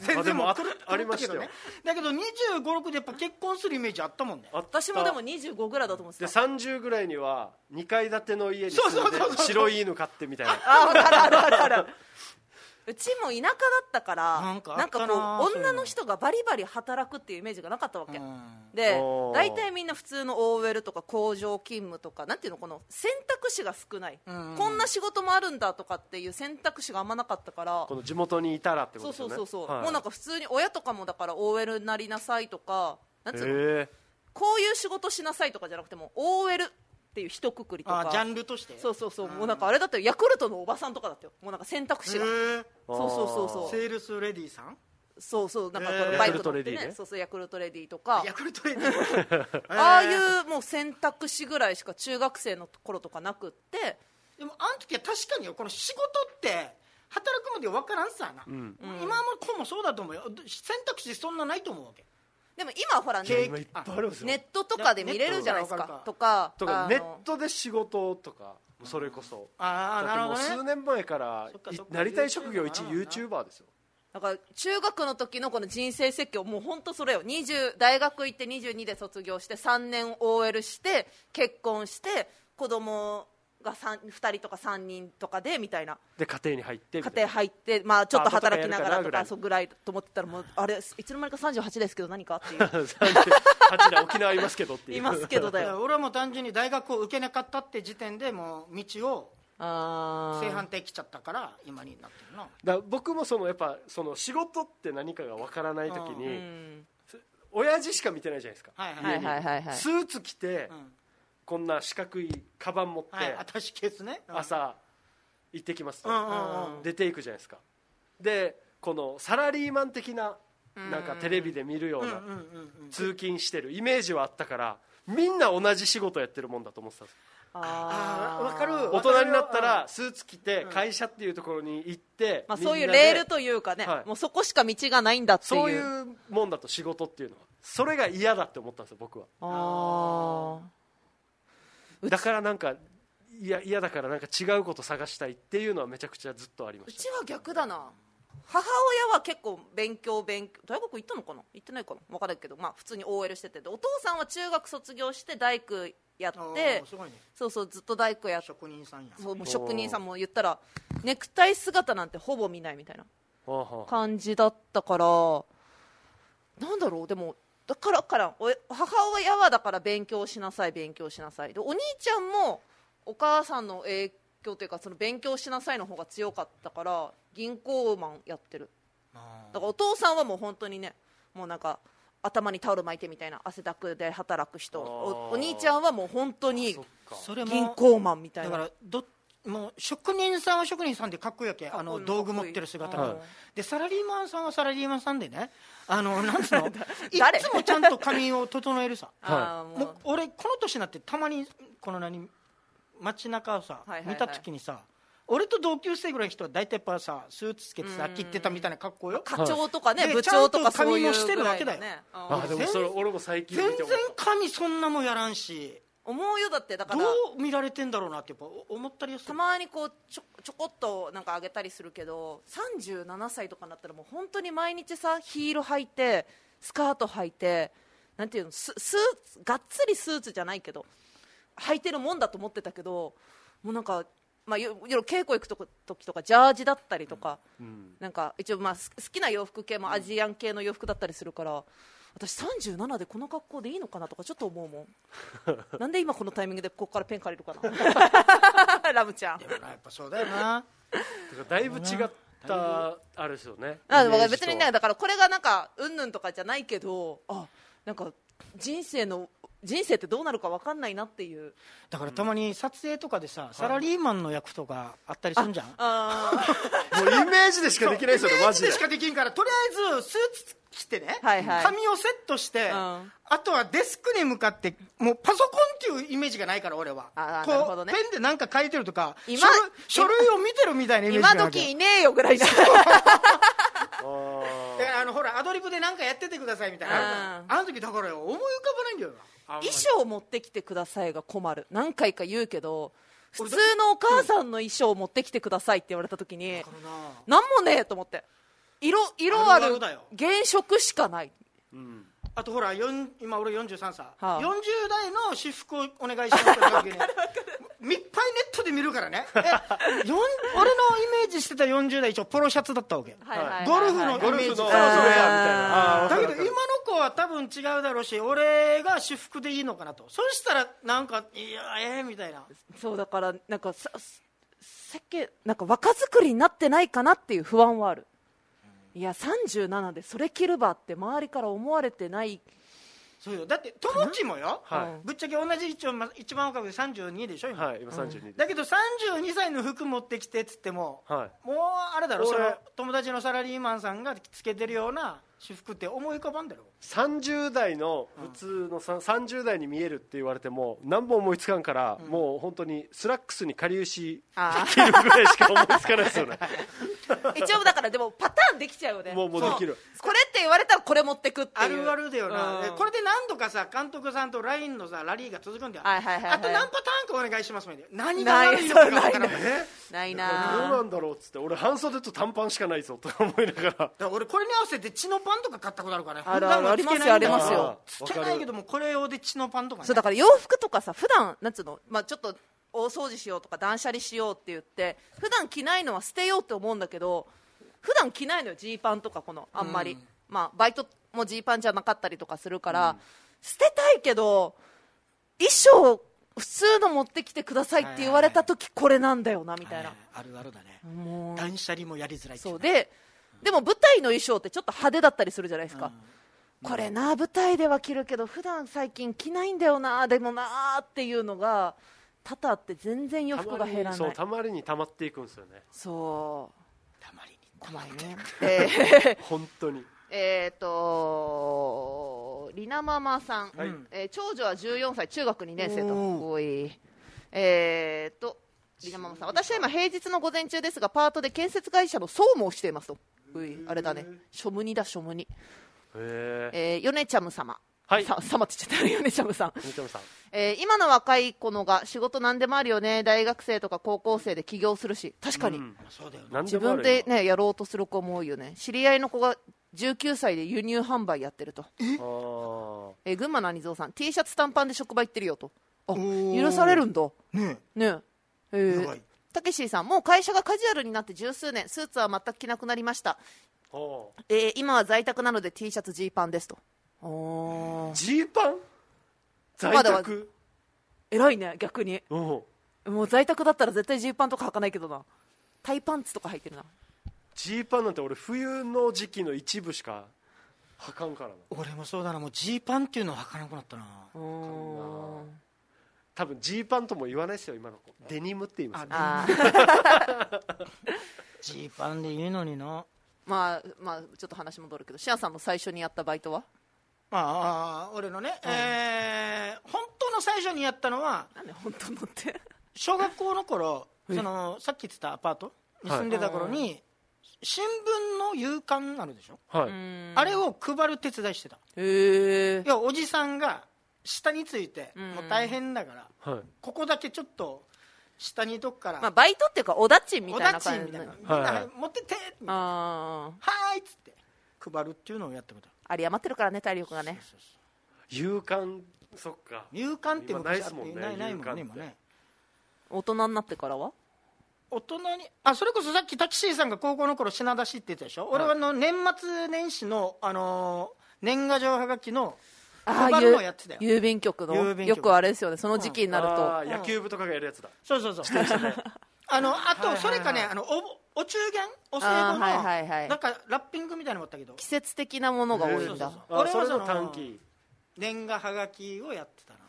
Speaker 2: 全然もう
Speaker 1: あ
Speaker 2: 狂
Speaker 1: でも
Speaker 2: っ狂
Speaker 1: あ
Speaker 2: った
Speaker 1: ありましたよ
Speaker 2: けどねだけど2 5 6でやっぱ結婚するイメージあったもんね
Speaker 1: あった
Speaker 3: 私もでも25ぐらいだと思って
Speaker 1: で
Speaker 3: た
Speaker 1: 30ぐらいには2階建ての家に住んで
Speaker 2: そうそうそうそう
Speaker 1: 白い犬飼ってみたいな
Speaker 3: ああるあるあるあるうちも田舎だったから
Speaker 2: なんかあったな
Speaker 3: こう
Speaker 2: そういうの
Speaker 3: 女の人がバリバリ働くっていうイメージがなかったわけ、
Speaker 2: うん
Speaker 3: で
Speaker 1: おー
Speaker 3: 大体みんな普通の OL とか工場勤務とかなんていうのこの選択肢が少ない、
Speaker 2: うん
Speaker 3: こんな仕事もあるんだとかっていう選択肢があんまなかったから
Speaker 1: この地元にいたらってこと
Speaker 3: そう
Speaker 1: ですよ
Speaker 3: そう
Speaker 1: ね
Speaker 3: そうそう、
Speaker 1: はい
Speaker 3: もうなんか普通に親とかもだから OL になりなさいとかなんつうの
Speaker 1: へえ
Speaker 3: こういう仕事しなさいとかじゃなくても OL っていう一括りと
Speaker 2: あ
Speaker 3: か
Speaker 2: ジャンルとして
Speaker 3: そうそうそうもうなんかあれだったよヤクルトのおばさんとかだったよもうなんか選択肢が
Speaker 2: へー
Speaker 3: そうそうそうそう
Speaker 2: セールスレディーさん
Speaker 3: そうそうなんか
Speaker 2: えー
Speaker 3: このバイ
Speaker 1: ヤク
Speaker 3: ク乗っ
Speaker 1: ルトレデ
Speaker 3: て
Speaker 1: ィ
Speaker 3: ね
Speaker 1: ね
Speaker 3: そうそうヤクルトレディとか
Speaker 2: ヤクルトレディ ー
Speaker 3: ああい
Speaker 2: へー
Speaker 3: うもう選択肢ぐらいしか中学生の頃とかなくって
Speaker 2: でもあの時は確かによこの仕事って働くまで分からんさな、
Speaker 1: ん
Speaker 2: 今の子もそうだと思うよ選択肢そんなないと思うわけ
Speaker 3: でも今ほらね
Speaker 1: いや今いっぱいあるんですよ
Speaker 3: ネットとかで見れるじゃないです
Speaker 2: ネット
Speaker 3: か
Speaker 2: と
Speaker 3: とか
Speaker 1: とか
Speaker 3: あの
Speaker 1: ネットで仕事とかそれこそ
Speaker 2: ああなる
Speaker 1: だっても
Speaker 2: ほ
Speaker 1: う数
Speaker 2: どね
Speaker 1: 年前から
Speaker 2: そっか
Speaker 1: い
Speaker 2: そっか
Speaker 1: なりたい職業一
Speaker 2: YouTuber
Speaker 1: YouTuber ですよ
Speaker 3: だから中学の時のこの人生設計をもう本当それよ20大学行って22で卒業して3年 OL して結婚して子供が三2人とか3人とかでみたいな
Speaker 1: で家庭に入ってみた
Speaker 3: 家
Speaker 1: いな
Speaker 3: 庭入って、まあ、ちょっと働きながら
Speaker 1: パートとかや
Speaker 3: と
Speaker 1: るか
Speaker 3: か
Speaker 1: な
Speaker 3: そうぐらいと思ってたらもうあれいつの間にか38ですけど何かっていう
Speaker 1: 38で沖縄いますけどっていう
Speaker 3: いますけどだ
Speaker 2: だから
Speaker 3: よ
Speaker 2: 俺はもう単純に大学を受けなかったって時点でもう道を
Speaker 3: あー
Speaker 2: 正反対来ちゃったから今になってるな
Speaker 1: だ僕もそのやっぱその仕事って何かがわからない時
Speaker 3: う
Speaker 1: に
Speaker 3: ん
Speaker 1: 親父しか見てないじゃないですか、
Speaker 2: はいはい
Speaker 3: はいはいはいはい
Speaker 1: スーツ着て
Speaker 2: うん
Speaker 1: こんな四角いカバン持って
Speaker 2: はい私ケースねうん
Speaker 1: 朝行ってきますと
Speaker 2: うんうんうん
Speaker 1: 出ていくじゃないですかでこのサラリーマン的ななんかテレビで見るよう
Speaker 2: うんう
Speaker 1: なん
Speaker 2: うんうん
Speaker 1: 通勤してるイメージはあったからみんな同じ仕事やってるもんだと思ってたんです
Speaker 2: あーわ
Speaker 3: ー
Speaker 2: かる
Speaker 1: 大人になった
Speaker 2: う
Speaker 1: らスーツ着て会社っていうところに行って、
Speaker 3: まあ、そういう
Speaker 1: みんなで
Speaker 3: レールというかね、
Speaker 1: はい
Speaker 3: もうそこしか道がないんだっていう
Speaker 1: そういうもんだと仕事っていうのはそれが嫌だって思ったんですよ僕は
Speaker 3: あ
Speaker 1: だからなんかいや嫌だからなんか違うこと探したいっていうのはめちゃくちゃずっとありま
Speaker 3: ーう
Speaker 1: し
Speaker 3: ちは逆だな母親は結構勉強勉強大学行ったのかな行ってないかな分からないけど、まあ、普通に OL しててでお父さんは中学卒業して大工や
Speaker 2: あ
Speaker 3: っ
Speaker 2: ー
Speaker 3: て
Speaker 2: すごいね
Speaker 3: そうそうずっと大工やって
Speaker 2: 職人さんや
Speaker 3: そうもう職人さんも言ったらネクタイ姿なんてほぼ見ないみたいな
Speaker 1: たはあはあ
Speaker 3: 感じだったからなんだろうでもだからからお母親はだから勉強しなさい勉強しなさいでお兄ちゃんもお母さんの影響というかその勉強しなさいの方が強かったから銀行マンやってる
Speaker 2: あ
Speaker 3: だからお父さんはもう本当にねもうなんか頭にタオル巻いてみたいな汗だくで働く人
Speaker 1: あー
Speaker 3: おお兄ちゃんはもう本当に
Speaker 1: そっか
Speaker 2: ーそれも
Speaker 3: 銀行マンみたい
Speaker 2: だ
Speaker 3: な
Speaker 2: からどもう職人さんは職人さんでかっこいいわけ
Speaker 3: か
Speaker 2: あ
Speaker 3: っこいい
Speaker 2: の道具持ってる姿が、
Speaker 1: はい
Speaker 2: でサラリーマンさんはサラリーマンさんでねあのなんつうのい
Speaker 3: 誰
Speaker 2: つもちゃんと髪を整えるさ
Speaker 3: あー
Speaker 2: もう俺この年になってたまにこの何街中をさ、
Speaker 3: はいはいはい
Speaker 2: 見た時にさ俺と同級生ぐらいの人は大体やっぱさスーツつけてさ切ってたみたいな格好よ
Speaker 3: 課長とかね、
Speaker 2: で
Speaker 3: 部長とかそういう
Speaker 2: ちゃんと髪もしてるわけだよ
Speaker 3: ぐらいのねうん
Speaker 1: あーでもそれ俺も最近
Speaker 2: 全
Speaker 1: 見て
Speaker 2: 然
Speaker 1: 思った
Speaker 2: 髪そんなもんやらんし
Speaker 3: 思うよだってだか
Speaker 2: ど
Speaker 3: ら
Speaker 2: う見られてんだろうなってやっぱ思ったりはす
Speaker 3: た
Speaker 2: る
Speaker 3: まにこうちょちょこっとなんか上げたりするけど37歳とかになったらもう本当に毎日さヒール履いてスカート履いてなんていうのススーツがっつりスーツじゃないけど履いてるもんだと思ってたけどもうなんか、まあ、よ夜稽古行くとこ時とかジャージだったりとか。
Speaker 1: うん
Speaker 3: なんか一応まあす好きな洋服系もアジアン系の洋服だったりするから、私37でこの格好でいいのかなとかちょっと思うも んなんで今このタイミングでここからペン借りるかな ラムちゃん
Speaker 2: やっぱそうだよな
Speaker 1: だからだいぶ違ったあれですよね
Speaker 3: あ
Speaker 1: イメージとは
Speaker 3: 別にねだからこれがなんかうんぬんとかじゃないけどあなんか人生の人生ってどうなるか分かんないなっていう
Speaker 2: だからたまに撮影とかでさ、サラリーマンの役とかあったりするんじゃん
Speaker 3: あー
Speaker 1: もうイメージでしかできないですよねマジで
Speaker 2: でしかできんからとりあえずスーツ着てね、
Speaker 3: はいはい
Speaker 2: 髪をセットして、
Speaker 3: うん
Speaker 2: あとはデスクに向かってもうパソコンっていうイメージがないから俺は
Speaker 3: あー
Speaker 2: こう
Speaker 3: なるほどね
Speaker 2: ペンでなんか書いてるとか
Speaker 3: 今
Speaker 2: 書類書類を見てるみたいなイメージ
Speaker 3: 今
Speaker 2: があるわけ
Speaker 3: 時いねえよぐらいだ
Speaker 1: あ
Speaker 2: だからあのほらアドリブでなんかやっててくださいみたいな、
Speaker 3: うん
Speaker 2: あの時だからよ思い浮かばないんだよな
Speaker 3: 衣装持ってきてくださいが困る何回か言うけど普通のお母さんの衣装を持ってきてくださいって言われた時に
Speaker 2: だからな
Speaker 3: なんもねえと思って色色あ
Speaker 2: ある
Speaker 3: る
Speaker 2: あるだよ
Speaker 3: 原色しかない
Speaker 1: ーうん
Speaker 2: あとほらよん今俺43歳、
Speaker 3: あ
Speaker 2: 40代の私服をお願いしますって時 にみっぱいネットで見るからねえよん俺のイメージしてた40代一応ポロシャツだったわけ
Speaker 3: はいはいはいはい
Speaker 2: ゴルフの
Speaker 1: ゴルフ
Speaker 2: イメ
Speaker 1: の
Speaker 2: ージ
Speaker 1: そうそうそうみたい
Speaker 3: あ
Speaker 1: なあーわか
Speaker 2: だけ
Speaker 1: る
Speaker 2: ど
Speaker 1: わか
Speaker 2: 今
Speaker 1: る
Speaker 2: の子は多分違うだろうし俺が私服でいいのかなとそしたらなんかいやええみたいな
Speaker 3: そうだからなんかさ世間なんか若作りになってないかなっていう不安はあるいや37でそれ着るばって周りから思われてない
Speaker 2: そうよだって友達もよ、
Speaker 1: はい
Speaker 2: ぶっちゃけ同じ一応ま一番若くて32でしょ今、
Speaker 1: はい今32で
Speaker 2: だけど32歳の服持ってきてっつっても
Speaker 1: すはい
Speaker 2: もうあれだろ
Speaker 1: 俺
Speaker 2: その友達のサラリーマンさんがつけてるような私服って思い浮かばんだろ
Speaker 1: 30代の普通のさ30代に見えるって言われても何も思いつかんから、もう本当にスラックスにかりゆし
Speaker 3: あ
Speaker 1: 着るぐらいしか思いつかないですよ ね
Speaker 3: 一応だからでもパターンできちゃうよね
Speaker 1: もうもうできる
Speaker 3: そうこれって言われたらこれ持ってくっていう
Speaker 2: あるあるだよな、
Speaker 3: うん
Speaker 2: でこれで何度かさ監督さんと LINE のさラリーが続くんだよ、
Speaker 3: はいはいはいはい
Speaker 2: あと何パターンかお願いしますみたいな何が悪いのか分からん
Speaker 3: ない
Speaker 2: だか
Speaker 3: ない
Speaker 1: どうな
Speaker 3: なぁ
Speaker 1: んだろうっつって俺半袖と短パンしかないぞと思いなが ら
Speaker 2: ら俺これに合わせて血のパンとか買ったことあるからね
Speaker 3: あるあ
Speaker 2: 普段
Speaker 3: る
Speaker 2: はつけないんだ
Speaker 3: ありますよ
Speaker 2: あーつけないけどもこれ用で血のパンとかね
Speaker 3: そうだから洋服とかさ普段なんつうのまあちょっと大掃除しようとか断捨離しようって言って普段着ないのは捨てようと思うんだけど普段着ないのよジーパンとかこのあんまり、まあバイトもジーパンじゃなかったりとかするから、捨てたいけど衣装普通の持ってきてくださいって言われた時これなんだよなみたいな
Speaker 2: はいあるあるだね
Speaker 3: もう
Speaker 2: 断捨離もやりづらいってい
Speaker 3: そうう
Speaker 2: ね
Speaker 3: ででも舞台の衣装ってちょっと派手だったりするじゃないですか、これな舞台では着るけど普段最近着ないんだよなでもなーっていうのが多々あって全然洋服が減ら
Speaker 1: たま
Speaker 3: ないそ
Speaker 1: にそう
Speaker 3: う
Speaker 1: たまりに溜まっていくんですよね
Speaker 2: たまりに
Speaker 3: たまにね で
Speaker 1: 本当に
Speaker 3: えっとりなママさん、
Speaker 1: はい
Speaker 3: えー長女は14歳中学2年生と
Speaker 2: おー
Speaker 3: おいえっとりなママさん私は今平日の午前中ですがパートで建設会社の総務をしていますとういあれだね庶務にだ庶務に
Speaker 1: へえ
Speaker 3: えー、ヨネチャム様。
Speaker 1: はい
Speaker 3: さ、様って言っちゃった。 ヨネチャムさん。
Speaker 1: 三上さん
Speaker 3: えー今の若い子のが仕事なんでもあるよね。大学生とか高校生で起業するし。確かに。
Speaker 1: うん
Speaker 2: まあそうだよね
Speaker 1: 何
Speaker 3: 自
Speaker 1: でもあ
Speaker 3: 分
Speaker 1: る
Speaker 3: でね、やろうとする子も多いよね。知り合いの子が19歳で輸入販売やってると。
Speaker 1: よ
Speaker 3: えー群馬の兄蔵さん、T シャツ短パンで職場行ってるよと。あ、
Speaker 2: ー
Speaker 3: 許されるんだ。
Speaker 2: ね
Speaker 3: ねえ
Speaker 2: やばい
Speaker 3: ー。たけしさん、もう会社がカジュアルになって十数年、スーツは全く着なくなりました。
Speaker 1: あーあー
Speaker 3: えー今は在宅なので T シャツ、ジーパンですと。おー。
Speaker 1: ジーパン在
Speaker 3: まだわ
Speaker 1: 宅
Speaker 3: 偉いね、逆に。
Speaker 1: うん
Speaker 3: もう在宅だったら絶対ジーパンとか履かないけどなタイパンツとか履いてるな
Speaker 1: ジーパンなんて俺冬の時期の一部しか履かんからな
Speaker 2: 俺もそうだなもうジーパンっていうのは履かなくなったな
Speaker 3: うーん
Speaker 1: 多分ジーパンとも言わないですよ今の子デニムって言いますよ
Speaker 3: あ
Speaker 2: あ
Speaker 3: ー
Speaker 2: ジーパンでいいのにな
Speaker 3: まあまあちょっと話戻るけどシアンさんの最初にやったバイトは
Speaker 2: まあ俺のね、えー本当の最初にやったのは
Speaker 3: なんで本当のって
Speaker 2: 小学校の頃そのさっき言ってたアパートに住んでた頃に、新聞の夕刊あるでしょ、
Speaker 1: はい、
Speaker 2: あれを配る手伝いしてた
Speaker 3: へえ
Speaker 2: いやおじさんが下について、
Speaker 3: ん
Speaker 2: もう大変だから
Speaker 1: はい
Speaker 2: ここだけちょっと下にどっから、
Speaker 3: まあバイトっていうかおだちみ
Speaker 2: お
Speaker 3: たい
Speaker 2: だ
Speaker 3: な
Speaker 2: ち
Speaker 3: 感
Speaker 2: み
Speaker 3: じ
Speaker 2: たいな、みん
Speaker 1: はい
Speaker 2: な持ってってみたいな
Speaker 3: あー
Speaker 2: はーいっつって配るっていうのをやってこと
Speaker 3: あれ余ってるからね体力がね
Speaker 1: 勇敢そっか
Speaker 2: 入管って昔あって
Speaker 1: 今ないっすもんね
Speaker 2: ないないも
Speaker 1: 夕
Speaker 2: んね
Speaker 1: 刊っ
Speaker 2: 今
Speaker 1: て
Speaker 2: ね
Speaker 3: 大人になってからは
Speaker 2: 大人にあそれこそさっきタキシーさんが高校の頃品出しって言ったでしょ、俺はあの年末年始の、あのー年賀状はがきの
Speaker 3: あ
Speaker 2: 配るのやってた
Speaker 3: ー
Speaker 2: よ
Speaker 3: ゆ郵便局の
Speaker 2: 郵便
Speaker 3: よ
Speaker 2: 局
Speaker 3: くあれですよねその時期になる
Speaker 1: あ
Speaker 3: と
Speaker 1: ー野球部とかがやるやつだ、
Speaker 2: そうそうそう あのあ
Speaker 1: はいはいは
Speaker 2: と
Speaker 1: い
Speaker 2: それかねあのおお中元お歳
Speaker 3: あ
Speaker 2: 暮
Speaker 3: ー
Speaker 2: の
Speaker 3: はいはいはい
Speaker 2: なんかラッピングみたいなのもあったけど
Speaker 3: 季節的なものが多
Speaker 2: そ
Speaker 3: いん
Speaker 2: うそう
Speaker 3: だ
Speaker 2: そう
Speaker 1: あ
Speaker 2: 俺は
Speaker 1: それ
Speaker 2: そ
Speaker 1: の
Speaker 2: の
Speaker 1: 短期
Speaker 2: 年賀はがきをやってたな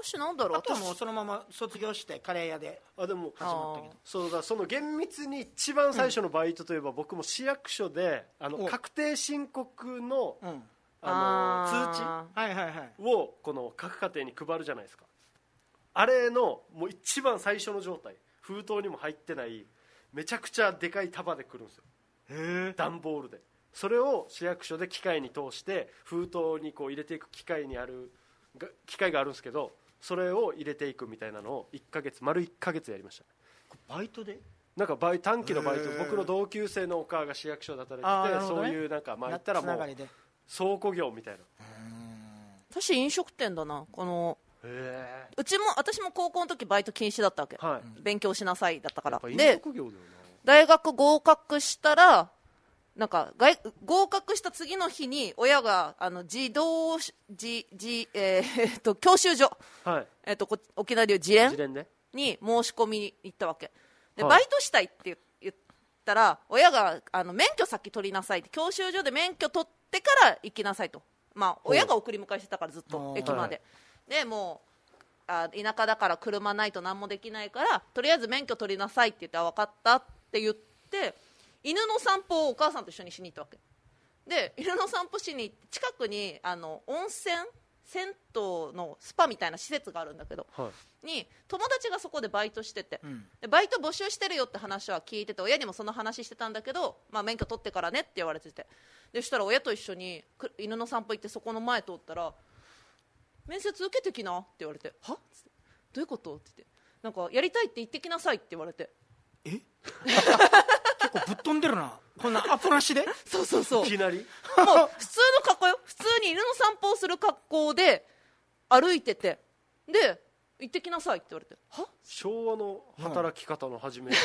Speaker 3: 私なんだろう
Speaker 2: あとはもう
Speaker 3: 私
Speaker 2: そのまま卒業してカレー屋で
Speaker 1: あでも
Speaker 2: 始まったけど
Speaker 1: そうだその厳密に一番最初のバイトといえば、僕も市役所であの
Speaker 2: お
Speaker 1: 確定申告の
Speaker 2: うん
Speaker 1: あの通知
Speaker 3: あー
Speaker 2: はいはいはい
Speaker 1: をこの各家庭に配るじゃないですかあれのもう一番最初の状態封筒にも入ってないめちゃくちゃでかい束で来るんですよ
Speaker 2: へ
Speaker 1: 段ボールでそれを市役所で機械に通して封筒にこう入れていく機械にあるが機械があるんですけどそれを入れていくみたいなのを1ヶ月丸1ヶ月やりました
Speaker 2: バイトで
Speaker 1: なんかバイ短期のバイト
Speaker 2: へー
Speaker 1: 僕の同級生のお母が市役所で働
Speaker 2: あーないる
Speaker 1: てて
Speaker 2: ほ
Speaker 1: そ
Speaker 2: ど
Speaker 1: う
Speaker 2: ね
Speaker 1: いうなんかまあ
Speaker 2: な
Speaker 1: 言ったら
Speaker 2: つ
Speaker 1: も
Speaker 2: な
Speaker 1: う
Speaker 2: がりで
Speaker 1: 倉庫業みたいな
Speaker 3: 私飲食店だなこの
Speaker 1: へ
Speaker 3: うちも私も高校の時バイト禁止だったわけ、
Speaker 1: えはい
Speaker 3: 勉強しなさいだったか
Speaker 1: や
Speaker 3: ら
Speaker 1: っぱ飲
Speaker 3: で
Speaker 1: 食業だよ
Speaker 3: 大学合格したらなんか外合格した次の日に親があの児童しじじ、えーえっと教習所、
Speaker 1: なはい
Speaker 3: えっとこ沖縄でいう自連
Speaker 1: 一連で
Speaker 3: に申し込みに行ったわけで、
Speaker 1: はい
Speaker 3: バイトしたいって言言ったら親があの免許先取りなさいって教習所で免許取ってから行きなさいと、まあ、
Speaker 1: う
Speaker 3: 親が送り迎えしてたからずっと
Speaker 2: あー
Speaker 3: 駅まで、でもうあ田舎だから車ないと何もできないからとりあえず免許取りなさいって言ってあ分かったって言って犬の散歩をお母さんと一緒にしに行ったわけで犬の散歩しに行って近くにあの温泉銭湯のスパみたいな施設があるんだけど
Speaker 1: はい
Speaker 3: に友達がそこでバイトしてて、
Speaker 2: うん
Speaker 3: でバイト募集してるよって話は聞いてて親にもその話してたんだけど、まあ、免許取ってからねって言われててでそしたら親と一緒にく犬の散歩行ってそこの前通ったら面接受けてきなって言われてはっつってどういうことって言ってなんかやりたいって言ってきなさいって言われて
Speaker 2: 結構ぶっ飛んでるなこんなアポなしで
Speaker 3: そうそうそうもう
Speaker 1: いきなり
Speaker 3: 普通の格好よ普通に犬の散歩をする格好で歩いててで行ってきなさいって言われては
Speaker 1: 昭和の働き方の始め、
Speaker 2: 仕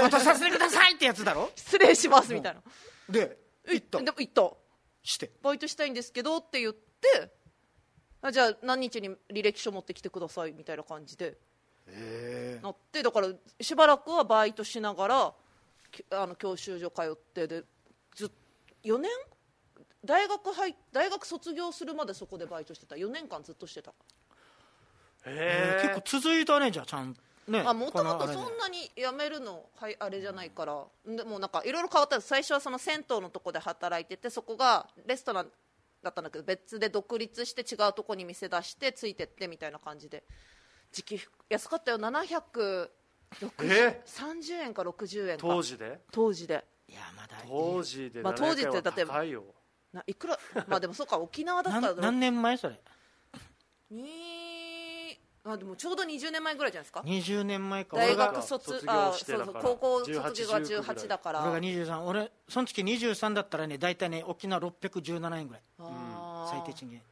Speaker 2: 事させてくださいってやつだろ
Speaker 3: 失礼しますみたいな
Speaker 2: で
Speaker 3: え
Speaker 2: 行った
Speaker 3: でも行った
Speaker 2: して
Speaker 3: バイトしたいんですけどって言ってあじゃあ何日に履歴書持ってきてくださいみたいな感じで
Speaker 2: え
Speaker 3: なってだからしばらくはバイトしながらきあの教習所通ってでずっ4年大学入っ大学卒業するまでそこでバイトしてた4年間ずっとしてた、
Speaker 1: へえ
Speaker 2: 結構続いたねじゃあちゃんね
Speaker 3: あもともと
Speaker 2: このあれ
Speaker 3: そ
Speaker 2: で
Speaker 3: んなに辞めるのはいあれじゃないからでもなんかいろいろ変わったんです最初はその銭湯のとこで働いててそこがレストランだったんだけど別で独立して違うとこに店出してついてってみたいな感じで時期安かったよ730
Speaker 1: え
Speaker 3: 円か60円か
Speaker 1: 当時で
Speaker 3: 当時で
Speaker 2: いやまだ
Speaker 1: 当時で
Speaker 3: まあ当時って
Speaker 1: 700円は
Speaker 3: 例えば
Speaker 1: 高いよ
Speaker 3: ないくらまあでもそうか沖縄だった
Speaker 2: な
Speaker 3: ら
Speaker 2: ん何年前それ
Speaker 3: にあでもちょうど20年前ぐらいじゃないですか
Speaker 2: 20年前か
Speaker 3: 大
Speaker 2: 俺が
Speaker 3: 学卒
Speaker 1: 卒
Speaker 3: あ
Speaker 1: 業して
Speaker 3: そう
Speaker 1: だ
Speaker 3: そう
Speaker 1: から
Speaker 3: 高校卒業が
Speaker 1: 18
Speaker 3: 18だから
Speaker 2: 俺が23俺その時23だったらね大体ね沖縄617円ぐらい
Speaker 3: あー
Speaker 2: 最低賃金だ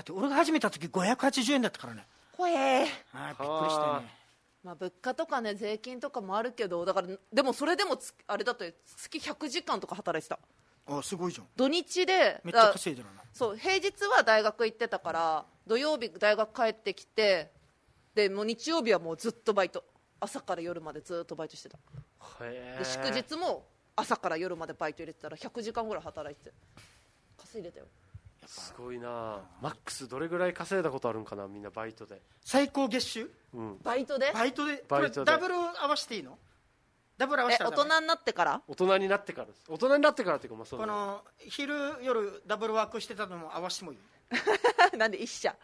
Speaker 2: って俺が始めた時580円だったからね
Speaker 3: ほえー
Speaker 2: あーびっくりしたよね
Speaker 3: まあ物価とかね税金とかもあるけどだからでもそれでもつあれだと月100時間とか働いてた
Speaker 2: あすごいじゃん
Speaker 3: 土日で
Speaker 2: めっちゃ
Speaker 3: だ
Speaker 2: 稼いでるな
Speaker 3: そう平日は大学行ってたから土曜日大学帰ってきてでもう日曜日はもうずっとバイト朝から夜までずっとバイトしてた
Speaker 1: へえ
Speaker 3: で祝日も朝から夜までバイト入れてたら100時間ぐらい働いてて稼いでたよ
Speaker 1: すごいなマックスどれぐらい稼いだことあるんかなみんなバイトで
Speaker 2: 最高月収
Speaker 1: うん
Speaker 3: バイトで
Speaker 2: バイトでこ
Speaker 1: バ
Speaker 2: れ
Speaker 1: イトで
Speaker 2: ダブル合わせていいのダブル合わ
Speaker 3: え
Speaker 2: せた
Speaker 3: 大
Speaker 2: らダメ
Speaker 3: 人になってから
Speaker 1: 大人になってからです大人になってからっていうかまあそう
Speaker 2: こ
Speaker 1: だね
Speaker 2: の昼夜ダブルワークしてたのも合わせてもいい
Speaker 3: なんで1社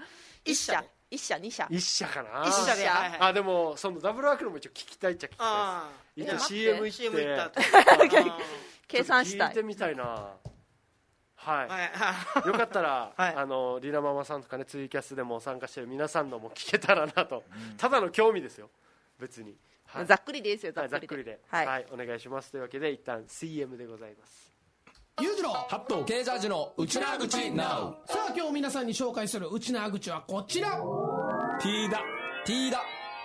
Speaker 3: 1社1社2社
Speaker 1: 一社かな
Speaker 2: 一社で
Speaker 3: 一社
Speaker 2: はいはい
Speaker 1: あでもそのダブルワークのも一応聞きたいっちゃ聞きた
Speaker 2: あ
Speaker 1: い
Speaker 3: え
Speaker 1: です一応
Speaker 3: 待っ
Speaker 1: CM 行っ
Speaker 3: て
Speaker 1: て
Speaker 2: CM 行ったとあ
Speaker 3: 計算した
Speaker 1: 聞い
Speaker 3: い
Speaker 1: てみたいなはい、
Speaker 2: ーはいあ
Speaker 1: よかったら、
Speaker 2: はい
Speaker 1: あのリナママさんとかねツイキャスでも参加してる皆さんのも聞けたらなと、ただの興味ですよ別に、はい
Speaker 3: ざっくりでいいですよざ
Speaker 1: はいざっ
Speaker 3: っ
Speaker 1: く
Speaker 3: くり
Speaker 1: り
Speaker 3: で
Speaker 1: で、
Speaker 3: は
Speaker 1: はいいお願いしますというわけで一旦 CM でございます
Speaker 5: ユージのハット経済ジのウチナーグチナウさあ今日皆さんに紹介するウチナーグチはこちらティーダティーダ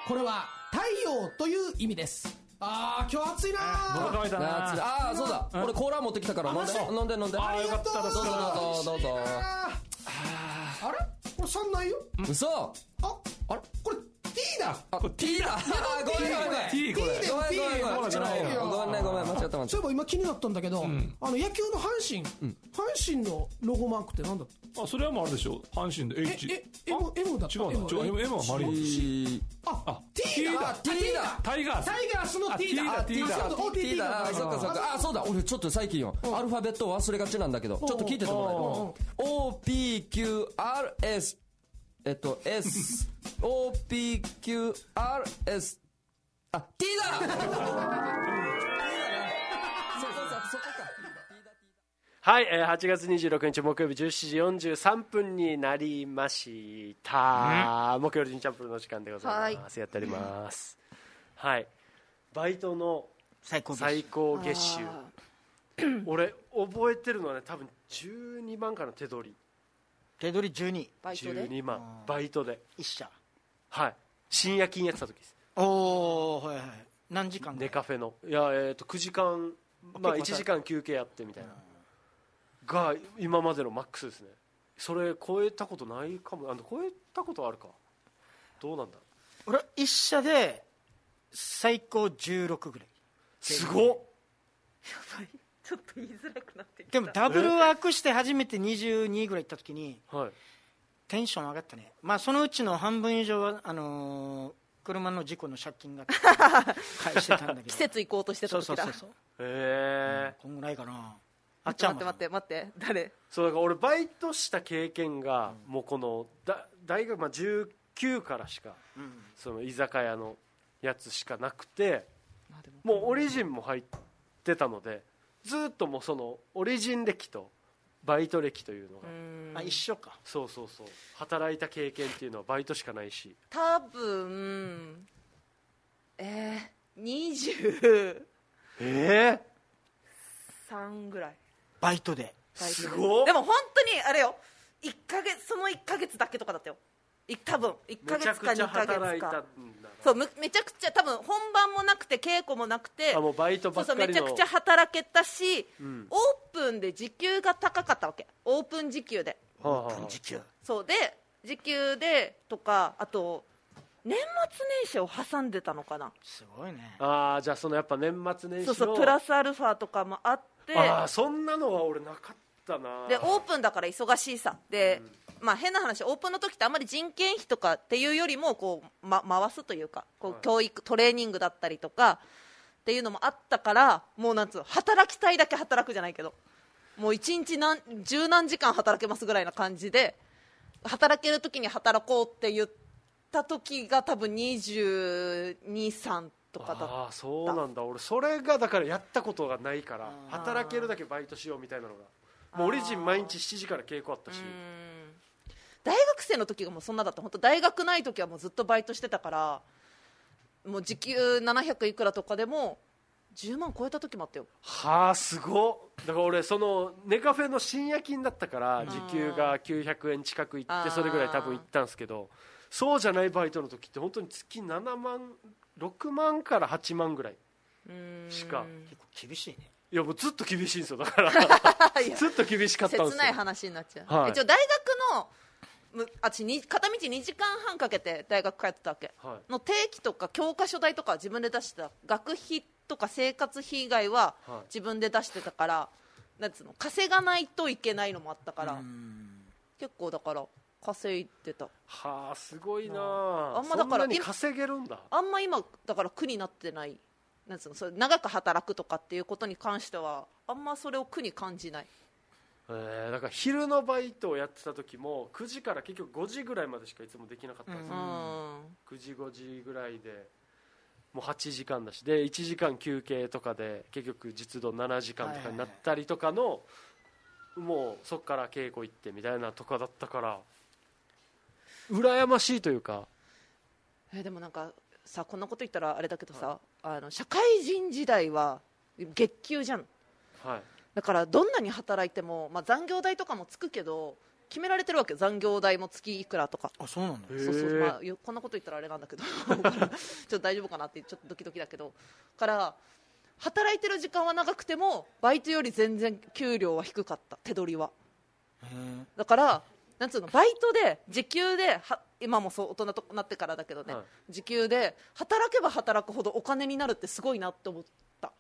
Speaker 5: これは太陽という意味ですあー今日暑いなー
Speaker 6: 乾いたな
Speaker 5: 夏だあーそうだ俺コーラ持ってきたから飲んで飲んで飲んで
Speaker 6: あーよかったです
Speaker 5: どうぞどうぞどうぞ
Speaker 6: あーあれこれ3ないよ
Speaker 5: 嘘
Speaker 6: ああれこれ T だ
Speaker 5: あティーダあーごめ んごめんごめん
Speaker 6: T これ
Speaker 5: ごめんごめんごめ
Speaker 6: これ
Speaker 5: ん
Speaker 6: T だよ T だよ
Speaker 5: ごめんねごめん間違った間違っ
Speaker 6: そういえば今気になったんだけど、あの野球の阪神、阪神のロゴマークってなんだった
Speaker 7: あそれはもうあれでしょ阪神で
Speaker 6: え
Speaker 7: H
Speaker 6: え M, M だった
Speaker 7: 違うな違う M, M はマリーンズ
Speaker 6: あ
Speaker 7: あ
Speaker 6: T だ
Speaker 5: あ T だ
Speaker 7: タイガース
Speaker 6: タイガースの T だ
Speaker 7: あ T だ T だ
Speaker 6: あ
Speaker 5: あ
Speaker 6: そう OTT
Speaker 5: だ
Speaker 6: だ
Speaker 5: あそっかそっかあそうだ俺ちょっと最近よアルファベットを忘れがちなんだけどちょっと聞いててもらえた OPQRS えっと SOPQRS あ T だ T だねそこかそこか
Speaker 1: はい、えー、8月26日木曜日17時43分になりました、木曜日にチャンプルの時間でございますやっておりますはいバイトの
Speaker 2: 最高月
Speaker 1: 最
Speaker 2: 収
Speaker 1: 高月収俺覚えてるのはね多分12万かな手取り
Speaker 2: 手取り12
Speaker 3: バイトで
Speaker 1: 12万バイトで
Speaker 2: 一社
Speaker 1: はい深夜勤やってた時です
Speaker 2: おおはいはい何時間
Speaker 1: ネカフェのいやえっ、と9時間まあ1時間休憩やってみたいなが今までのマックスですねそれ超えたことないかもあの超えたことあるかどうなんだろう
Speaker 2: 俺は一社で最高16ぐらい
Speaker 1: すごっ
Speaker 3: ちょっと言いづらくなってき
Speaker 2: でもダブルワークして初めて22ぐらい行った時に
Speaker 1: はい
Speaker 2: テンション上がったねまあそのうちの半分以上はあのー車の事故の借 金が返してたんだけど
Speaker 3: 季節行こうとしてた
Speaker 2: そう
Speaker 3: 時
Speaker 2: そう
Speaker 3: だ
Speaker 2: そうそう
Speaker 1: ええ
Speaker 2: こんぐらいかなあ
Speaker 3: あ
Speaker 2: っ
Speaker 3: っ
Speaker 2: ちゃん
Speaker 3: 待って待って待って誰
Speaker 1: そうだから俺バイトした経験がもうこのだ大学、まあ、19からしかその居酒屋のやつしかなくてもうオリジンも入ってたのでずっともうそのオリジン歴とバイト歴というのが
Speaker 2: まあ一緒か
Speaker 1: そうそうそう働いた経験っていうのはバイトしかないし
Speaker 3: 多分えー、
Speaker 1: ええ
Speaker 3: 23ぐらい
Speaker 2: バイトです
Speaker 1: ごっ
Speaker 3: でも本当にあれよ一ヶ月その1か月だけとかだったよい多分1か
Speaker 1: めちゃ
Speaker 3: 月か
Speaker 1: くちゃ
Speaker 3: 2か
Speaker 1: 働
Speaker 3: 月
Speaker 1: いたんだ
Speaker 3: か
Speaker 1: な
Speaker 3: そうむめちゃくちゃ多分本番もなくて稽古もなくて
Speaker 1: あもうバイト
Speaker 3: そ
Speaker 1: ば
Speaker 3: う
Speaker 1: っ
Speaker 3: そ
Speaker 1: か
Speaker 3: う
Speaker 1: りの
Speaker 3: めちゃくちゃ働けたし、
Speaker 1: ん
Speaker 3: オープンで時給が高かったわけオープン時給で
Speaker 1: はあはあ
Speaker 2: 時給
Speaker 3: そうで時給でとかあと年末年始を挟んでたのかな
Speaker 2: すごいね
Speaker 1: ああじゃあそのやっぱ年末年始
Speaker 3: そ
Speaker 1: の
Speaker 3: うそうプラスアルファとかもあって
Speaker 1: ああそんなのは俺なかったな
Speaker 3: でオープンだから忙しいさで、まあ、変な話オープンの時ってあんまり人件費とかっていうよりもこう、ま、回すというかこう教育トレーニングだったりとかっていうのもあったからもうなんつうの働きたいだけ働くじゃないけどもう一日何十何時間働けますぐらいな感じで働ける時に働こうって言った時が多分2 2三とかだった
Speaker 1: ああそうなんだ俺それがだからやったことがないから働けるだけバイトしようみたいなのがもうオリジン毎日7時から稽古あったし
Speaker 3: 大学生の時がもうそんなだった本当大学ない時はもうずっとバイトしてたからもう時給700いくらとかでも10万超えた時もあったよ
Speaker 1: はあすごっだから俺そのネカフェの深夜勤だったから時給が900円近くいってそれぐらい多分行ったんですけどそうじゃないバイトの時って本当に月7万6万から8万ぐらいしか
Speaker 2: 結構厳しいね
Speaker 1: いやもうずっと厳しいんですよだから
Speaker 3: いや
Speaker 1: ずっと厳しかったんです
Speaker 3: 切
Speaker 1: よ
Speaker 3: ない話になっちゃう、
Speaker 1: はい
Speaker 3: 一応大学のむあ私に片道2時間半かけて大学通ってたわけ、
Speaker 1: は
Speaker 3: の定期とか教科書代とかは自分で出してた学費とか生活費以外は
Speaker 1: はい
Speaker 3: 自分で出してたから、なんつうの稼がないといけないのもあったから結構だから稼いでた
Speaker 1: はあすごいなあ
Speaker 3: あんまだから
Speaker 1: そんなに稼げるんだ
Speaker 3: あんま今だから苦になってないなんつうのそれ長く働くとかっていうことに関してはあんまそれを苦に感じない
Speaker 1: えーだから昼のバイトをやってた時も9時から結局5時ぐらいまでしかいつもできなかったんです
Speaker 3: う
Speaker 1: よ、
Speaker 3: ん
Speaker 1: 9時5時ぐらいでもう8時間だしで1時間休憩とかで結局実働7時間とかになったりとかの、もうそこから稽古行ってみたいなとかだったから羨ましいというか
Speaker 3: えーでもなんかさこんなこと言ったらあれだけどさ、あの社会人時代は月給じゃん
Speaker 1: はい
Speaker 3: だからどんなに働いても、まあ、残業代とかもつくけど決められてるわけよ残業代も月いくらとか
Speaker 2: あそうなんだ
Speaker 3: そうそう
Speaker 1: へー
Speaker 3: まあ、よこんなこと言ったらあれなんだけど ちょっと大丈夫かなってちょっとドキドキだけどから働いてる時間は長くてもバイトより全然給料は低かった手取りはだからなんつうのバイトで時給では今もそう大人となってからだけどね、
Speaker 1: は
Speaker 3: 時給で働けば働くほどお金になるってすごいなって思った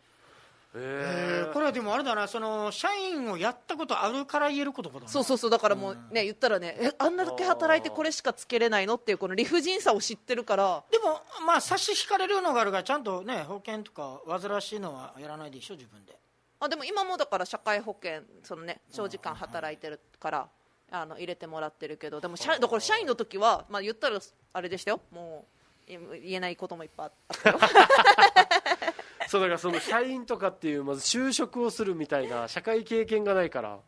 Speaker 1: え
Speaker 2: えーこれはでもあれだなその社員をやったことあるから言えることかだな
Speaker 3: そうそうそうだからもうね言ったらねえあんなだけ働いてこれしかつけれないのっていうこの理不尽さを知ってるから
Speaker 2: でもまあ差し引かれるのがあるからちゃんとね保険とか煩わしいのはやらないでしょ自分で
Speaker 3: あでも今もだから社会保険そのね長時間働いてるからあの入れてもらってるけどでも社だから社員の時はまあ言ったらあれでしたよもうい言えないこともいっぱいあったよ
Speaker 1: そうだからその社員とかっていうまず就職をするみたいな社会経験がないから、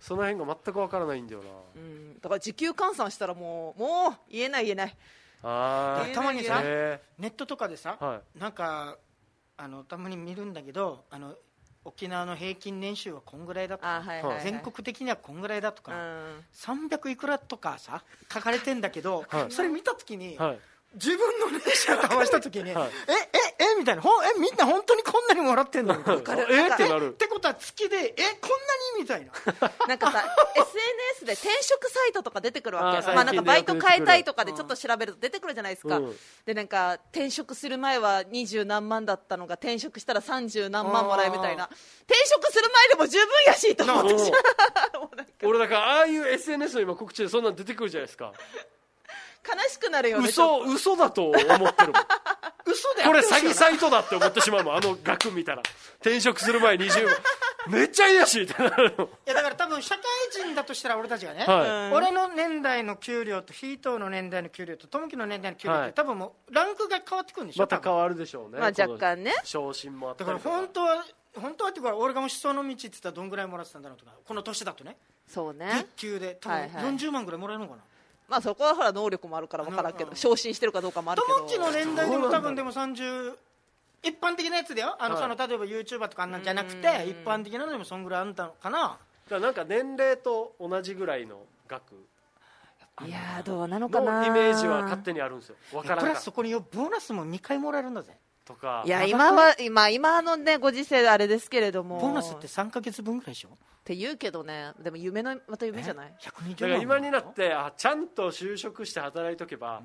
Speaker 1: その辺が全くわからないんだよな、
Speaker 3: うんだから時給換算したらもうもう言えない言えない
Speaker 1: あ
Speaker 2: たまに
Speaker 1: あ
Speaker 2: さ
Speaker 1: へ
Speaker 2: ネットとかでさ、
Speaker 1: は
Speaker 2: なんかあのたまに見るんだけどあの沖縄の平均年収はこんぐらいだとか、
Speaker 3: あはいはい、はい、
Speaker 2: 全国的にはこんぐらいだと
Speaker 3: う
Speaker 2: か、
Speaker 3: ん
Speaker 2: 300いくらとかさ書かれてんだけど、
Speaker 1: はい
Speaker 2: それ見た時に、
Speaker 1: ーはい
Speaker 2: 自分の年収かわした時に、
Speaker 1: はい
Speaker 2: えええみたいなほんえみんな本当にこんなにもらってんのみたいな
Speaker 3: かる
Speaker 1: え
Speaker 3: なん
Speaker 1: っ
Speaker 3: か
Speaker 1: てな
Speaker 2: えっ
Speaker 1: る
Speaker 2: てことは月でえこんなにみ たいな
Speaker 3: なんかさ SNS で転職サイトとか出てくるわ
Speaker 1: あー
Speaker 3: けまあ、なんかバイト変えたいとかで
Speaker 2: 最
Speaker 3: ちょっ
Speaker 2: 近
Speaker 3: と調べると出てくるじゃないですか、
Speaker 1: うん
Speaker 3: でなんか転職する前は20何万だったのが転職したら30何万もらえみたいな転職する前でも十分やしと思ってしまうもうなんか
Speaker 1: 俺だからああいう SNS の今告知でそんなん出てくるじゃないですか
Speaker 3: 悲しくなるよねちょっ
Speaker 1: 嘘嘘だと思ってる もん
Speaker 2: 嘘で
Speaker 1: こ
Speaker 2: や
Speaker 1: れ
Speaker 2: ってほしい
Speaker 1: 詐欺サイトだって思ってしまうもんあの額見たら転職する前20万めっちゃいいやしみたいなるの
Speaker 2: いやだから多分社会人だとしたら俺たちがね、
Speaker 1: は
Speaker 2: 俺の年代の給料とヒートーの年代の給料とトムキの年代の給料って、
Speaker 1: はい
Speaker 2: 多分もうランクが変わってくるんでしょ
Speaker 1: また
Speaker 2: 多分
Speaker 1: 変わるでしょうね
Speaker 3: まあ若干ね
Speaker 1: この昇進もあった
Speaker 2: だ
Speaker 1: り
Speaker 2: から
Speaker 1: とか
Speaker 2: 本当は本当はっていうか俺がもしその道って言ったらどんぐらいもらってたんだろうとかこの年だとね
Speaker 3: とそう
Speaker 2: 月
Speaker 3: ね
Speaker 2: 給で多
Speaker 3: は
Speaker 2: 分
Speaker 3: いはい
Speaker 2: 40万ぐらいもらえるのかな、
Speaker 3: まあそこはほら能力もあるから分からんけ
Speaker 2: う
Speaker 3: ど
Speaker 2: ん
Speaker 3: 昇進してるかどうかもあるけど
Speaker 2: トモッチの年代でも
Speaker 1: どうな
Speaker 2: 多
Speaker 1: んだろ
Speaker 2: 分
Speaker 1: う
Speaker 2: でも30一般的なやつだよあの、
Speaker 1: はい
Speaker 2: その例えば YouTuber とかあんなんじゃなくて一般的なのでもそんぐらいあんたのかな
Speaker 1: だからなんか年齢と同じぐらいの額
Speaker 3: いやーどうなのかな
Speaker 1: のイメージは勝手にあるんですよわからん
Speaker 2: プ
Speaker 1: か
Speaker 2: ラ
Speaker 1: ら
Speaker 2: スそこによボーナスも2回もらえるんだぜ
Speaker 1: とか
Speaker 3: いや今は今今のねご時世あれですけれども
Speaker 2: ボーナスって3か月分ぐらいでしょ
Speaker 3: って言うけどねでも夢のまた夢じゃない
Speaker 1: だ
Speaker 2: 120
Speaker 1: から
Speaker 2: 万
Speaker 1: 今になってあちゃんと就職して働いとけば、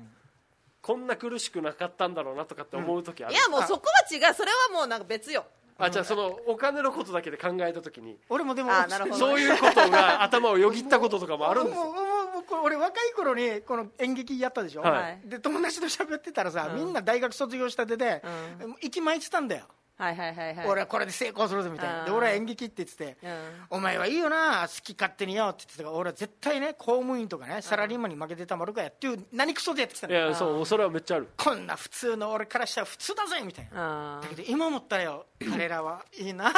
Speaker 1: こんな苦しくなかったんだろうなとかって思う時あ
Speaker 3: い
Speaker 1: る、
Speaker 3: やもうそこは違うそれはもうなんか別よ
Speaker 1: あじゃあそのお金のことだけで考えた時に
Speaker 2: 俺もでも
Speaker 3: あーなるほど
Speaker 1: そういうことが頭をよぎったこととかもあるんです
Speaker 2: もう
Speaker 1: よ
Speaker 2: もうもうこれ俺若い頃にこの演劇やったでしょ、
Speaker 1: はい
Speaker 2: で友達と喋ってたらさ、
Speaker 3: うん
Speaker 2: みんな大学卒業したてで、
Speaker 3: う
Speaker 2: 駅前行ってたんだよ、
Speaker 3: はいはいはいはい
Speaker 2: 俺はこれで成功するぞみたいなで
Speaker 3: あー
Speaker 2: 俺は演劇って言ってて、
Speaker 3: うん
Speaker 2: お前はいいよな好き勝手にやよって言ってたから俺は絶対ね公務員とかねサラリーマンに負けてたまるかやっていう何クソでやってきたん
Speaker 1: い
Speaker 2: だよ
Speaker 1: やそうそれはめっちゃある
Speaker 2: こんな普通の俺からしたら普通だぜみたいな
Speaker 3: あ
Speaker 2: だ
Speaker 3: ー
Speaker 2: けど今思ったらよ彼らはいいな って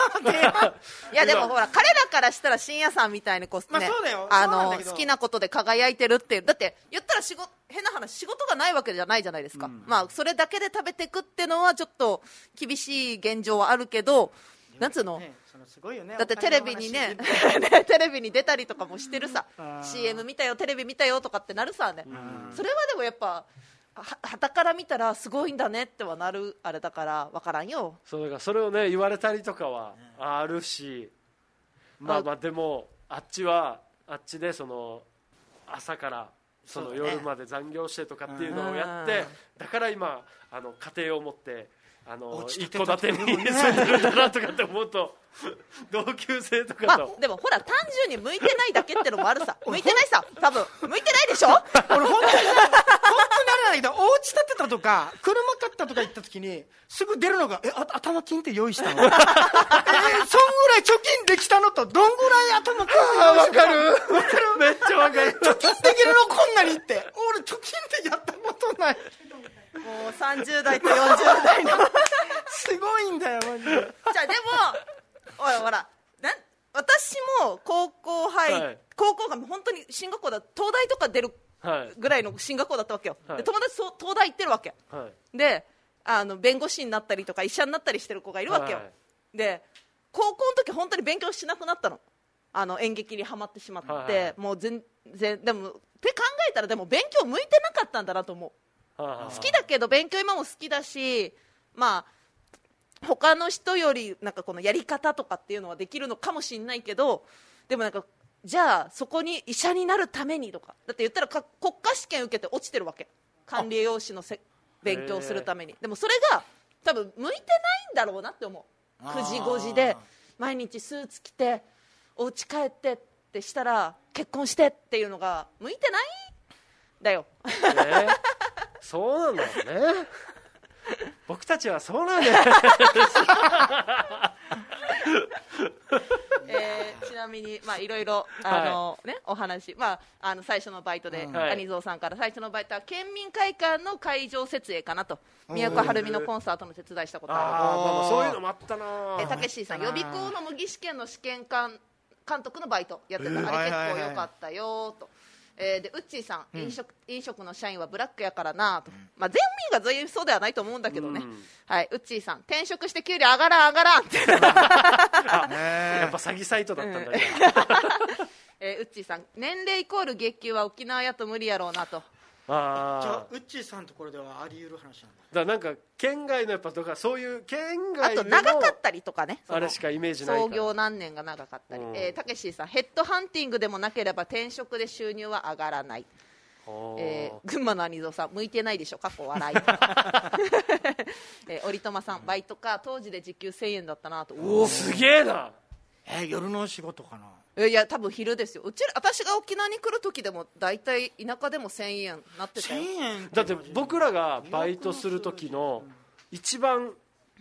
Speaker 3: いやでもほら彼らからしたら深夜さんみたいにこう、
Speaker 2: まあ
Speaker 3: ね
Speaker 2: そうだよ
Speaker 3: あ
Speaker 2: そうなんだ
Speaker 3: の
Speaker 2: けど
Speaker 3: 好きなことで輝いてるっていうだって言ったら仕事変な話仕事がないわけじゃないじゃないですか、まあそれだけで食べていくってのはちょっと厳しい現状はあるけどなんつうの、
Speaker 2: ねそのすごいよね
Speaker 3: だってテレビにね ねテレビに出たりとかもしてるさ CM 見たよテレビ見たよとかってなるさねそれはでもやっぱはたから見たらすごいんだねってはなるあれだから分からんよ
Speaker 1: そうだからそれをね言われたりとかはあるしまあまあでもあっちはあっちでその朝からその
Speaker 2: そうだね
Speaker 1: 夜まで残業してとかっていうのをやってだから今あの家庭を持ってあの
Speaker 2: 落ち
Speaker 1: 一
Speaker 2: て
Speaker 1: 戸
Speaker 2: た
Speaker 1: 建てに住んでるんだなとかって思うと 同級生と
Speaker 3: ま
Speaker 1: か
Speaker 3: あ
Speaker 1: と、
Speaker 3: でもほら単純に向いてないだけってのもあるさ向いてないさ多分向いてないでしょ
Speaker 2: 俺本当にさ本当になるんだけどお家建てたとか車買ったとか言った時にすぐ出るのがえあ頭金って用意したの えそんぐらい貯金できたのとどんぐらい頭金を用意したの
Speaker 1: かるめっちゃわかる
Speaker 2: 貯金できるのこんなにって俺貯金でやったことない
Speaker 3: もう30代と40代の
Speaker 2: すごいんだよマジで
Speaker 3: じゃあでもほらほらなん私も高校入、
Speaker 1: はい
Speaker 3: 高校が本当に進学校だ東大とか出る
Speaker 1: はい
Speaker 3: ぐらいの進学校だったわけよ、
Speaker 1: はい
Speaker 3: で友達そう東大行ってるわけ
Speaker 1: はい
Speaker 3: であの弁護士になったりとか医者になったりしてる子がいるわけよ、
Speaker 1: はい
Speaker 3: で高校の時本当に勉強しなくなったのあの演劇にはまってしまって、
Speaker 1: はいはい
Speaker 3: もう全然でもって考えたらでも勉強向いてなかったんだなと思う
Speaker 1: 好
Speaker 3: 好きだけど勉強今も好きだしまあ他の人よりなんかこのやり方とかっていうのはできるのかもしれないけどでもなんかじゃあそこに医者になるためにとかだって言ったらか国家試験受けて落ちてるわけ管理栄養士のせ勉強するためにでもそれが多分向いてないんだろうなって思う9時5時で毎日スーツ着てお家帰ってってしたら結婚してっていうのが向いてないんだよ
Speaker 1: ね、そうなんだよね僕たちはそうなんだよ
Speaker 3: えーちなみに、まあ、いろいろ、あの、ね、お話、まあ、あの、最初のバイトで、
Speaker 1: はい
Speaker 3: 谷蔵さんから、最初のバイトは県民会館の会場設営かなと。宮古はるみのコンサートの手伝いしたことあ
Speaker 1: ああまあまあそういうのもあったな
Speaker 3: る。えー、たけしさん、予備校の模擬試験の試験官、監督のバイトやってた。あれ、結構良かったよと。えーで、うっちーさん、飲食、飲食の社員はブラックやからなと。まあ、全員が全員そうではないと思うんだけどね。はい、うっちーさん、転職して給料上がらん上がらんって。
Speaker 1: やっぱ詐欺サイトだったんだ、じゃ
Speaker 3: えー、うっちーさん年齢イコール月給は沖縄やと無理やろうなと
Speaker 1: あ
Speaker 2: じゃあ
Speaker 1: あ
Speaker 2: ウッチーさんのところではあり得る話なんだ
Speaker 1: だからなんか県外のやっぱとかそういう県
Speaker 3: あ
Speaker 1: 外
Speaker 3: と
Speaker 1: の
Speaker 3: 長かったりとかねその
Speaker 1: あれしかイメージないから
Speaker 3: 創業何年が長かったり
Speaker 1: うん
Speaker 3: えーたけしさんヘッドハンティングでもなければ転職で収入は上がらない、
Speaker 1: おー
Speaker 3: えー群馬の兄蔵さん向いてないでしょかっこ笑い、 えー、織友さんバイトか当時で時給1000円だったなとおー
Speaker 1: すげえな
Speaker 2: え夜の仕事かない
Speaker 3: や多分昼ですようちら私が沖縄に来る時でも大体田舎でも1000円なってた
Speaker 2: 1000
Speaker 3: よ
Speaker 2: 円
Speaker 1: だって僕らがバイトする時の一番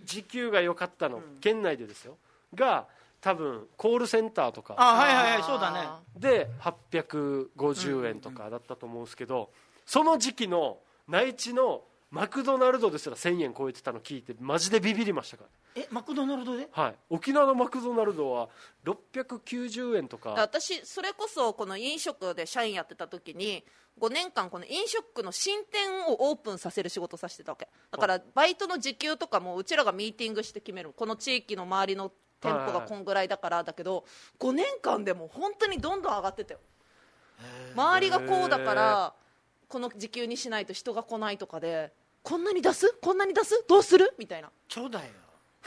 Speaker 1: 時給が良かったの、県内でですよが多分コールセンターとか
Speaker 2: あはいはいはいそうだね
Speaker 1: で850円とかだったと思うんですけど、その時期の内地のマクドナルドですら1000円超えてたの聞いてマジでビビりましたか
Speaker 2: えマクドナルドで
Speaker 1: ら、はい、沖縄のマクドナルドは690円と
Speaker 3: だ
Speaker 1: か
Speaker 3: から私それこそこの飲食で社員やってた時に5年間この飲食の新店をオープンさせる仕事をさせてたわけだからバイトの時給とかもうちらがミーティングして決めるこの地域の周りの店舗がこんぐらいだからだけど5年間でもう本当にどんどん上がってたよ周りがこうだからこの時給にしないと人が来ないとかでこんなに出すこんなに出すどうするみたいな
Speaker 2: ちょうだいよ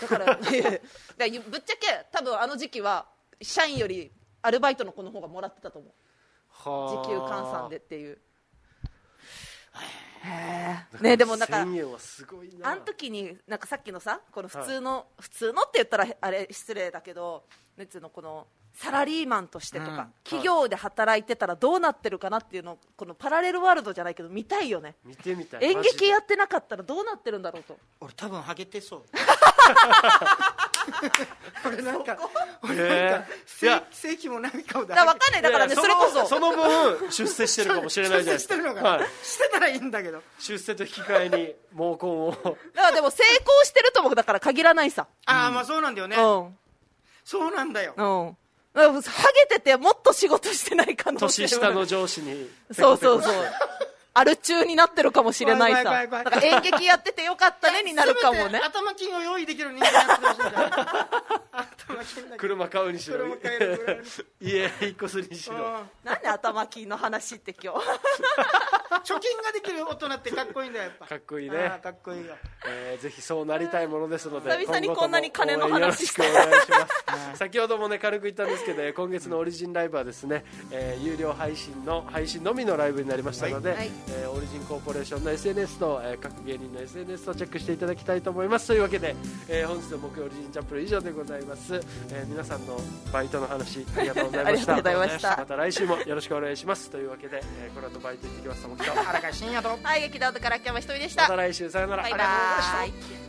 Speaker 3: だからいやいやだからぶっちゃけ多分あの時期は社員よりアルバイトの子の方がもらってたと思う
Speaker 1: はあ
Speaker 3: 時給換算でっていうへえねでもだから
Speaker 1: 1000円はすごいな
Speaker 3: あの時になんかさっきのさこの普通の、普通のって言ったらあれ失礼だけどなんつうのこのサラリーマンとしてとか、企業で働いてたらどうなってるかなっていうのをこのパラレルワールドじゃないけど見たいよね
Speaker 1: 見てみたい
Speaker 3: 演劇や
Speaker 1: マ
Speaker 3: ってなかったらどうなってるんだろうと
Speaker 2: 俺多分ハゲてそう俺なんか
Speaker 1: ジ
Speaker 2: 俺
Speaker 1: で
Speaker 2: なん
Speaker 1: へえ
Speaker 2: か
Speaker 1: いや
Speaker 2: 正規もない顔だ
Speaker 3: だから分かんないだからね
Speaker 1: いや
Speaker 3: それこそ
Speaker 1: そのその分出世してるかもしれないじゃないですか
Speaker 2: 出世してるのが、
Speaker 1: はい、
Speaker 2: してたらいいんだけど
Speaker 1: 出世と引き換えに毛根を
Speaker 3: だからでも成功してるともだから限らないさ
Speaker 2: ああまあそうなんだよね、
Speaker 3: うん
Speaker 2: そうなんだよ、
Speaker 3: うんだからハゲててもっと仕事してない可能
Speaker 1: 年
Speaker 3: 性は
Speaker 1: 下の上司に
Speaker 3: そうそうそう。アル中になってるかもしれないさ。
Speaker 2: バイ
Speaker 3: だ
Speaker 2: バ
Speaker 3: か
Speaker 2: イバイバ
Speaker 3: ら
Speaker 2: イ
Speaker 3: 演劇やっててよかっ たねになるかも
Speaker 2: せめ
Speaker 3: ね
Speaker 2: て。頭金を用意できる人間やってほしいんだよ頭金だけ
Speaker 1: 車買うにしろ
Speaker 2: 車買えるぐらいの
Speaker 1: 家引っ越すにし
Speaker 2: う
Speaker 1: ろ
Speaker 2: ん
Speaker 3: なんで頭金の話って今日。
Speaker 2: 貯金ができる大人ってかっこいいんだよやっぱ
Speaker 1: かっこいいね
Speaker 2: ああかっこいいよ
Speaker 1: えーぜひそうなりたいものですので
Speaker 3: 久々に
Speaker 1: 今後とも
Speaker 3: こんなに金の話した
Speaker 1: 応援よろしくお願いします 先ほどもね軽く言ったんですけど今月のオリジンライブはですね、えー有料配信の配信のみのライブになりましたので、
Speaker 3: はい
Speaker 1: えーオリジンコーポレーションの SNS と、えー各芸人の SNS をチェックしていただきたいと思いますというわけで、えー本日の木曜オリジンチャンプル以上でございます、えー皆さんのバイトの話ありがとうございました
Speaker 3: ありがとうございました
Speaker 1: また来週もよろしくお願いしますというわけで、えーこの後バイト行ってきますともきとま
Speaker 2: 荒川深夜と
Speaker 3: はい、劇団から今日は一人でしたた。バイ
Speaker 1: 来週さよなら
Speaker 3: バ
Speaker 1: ありがとうございました
Speaker 3: イ。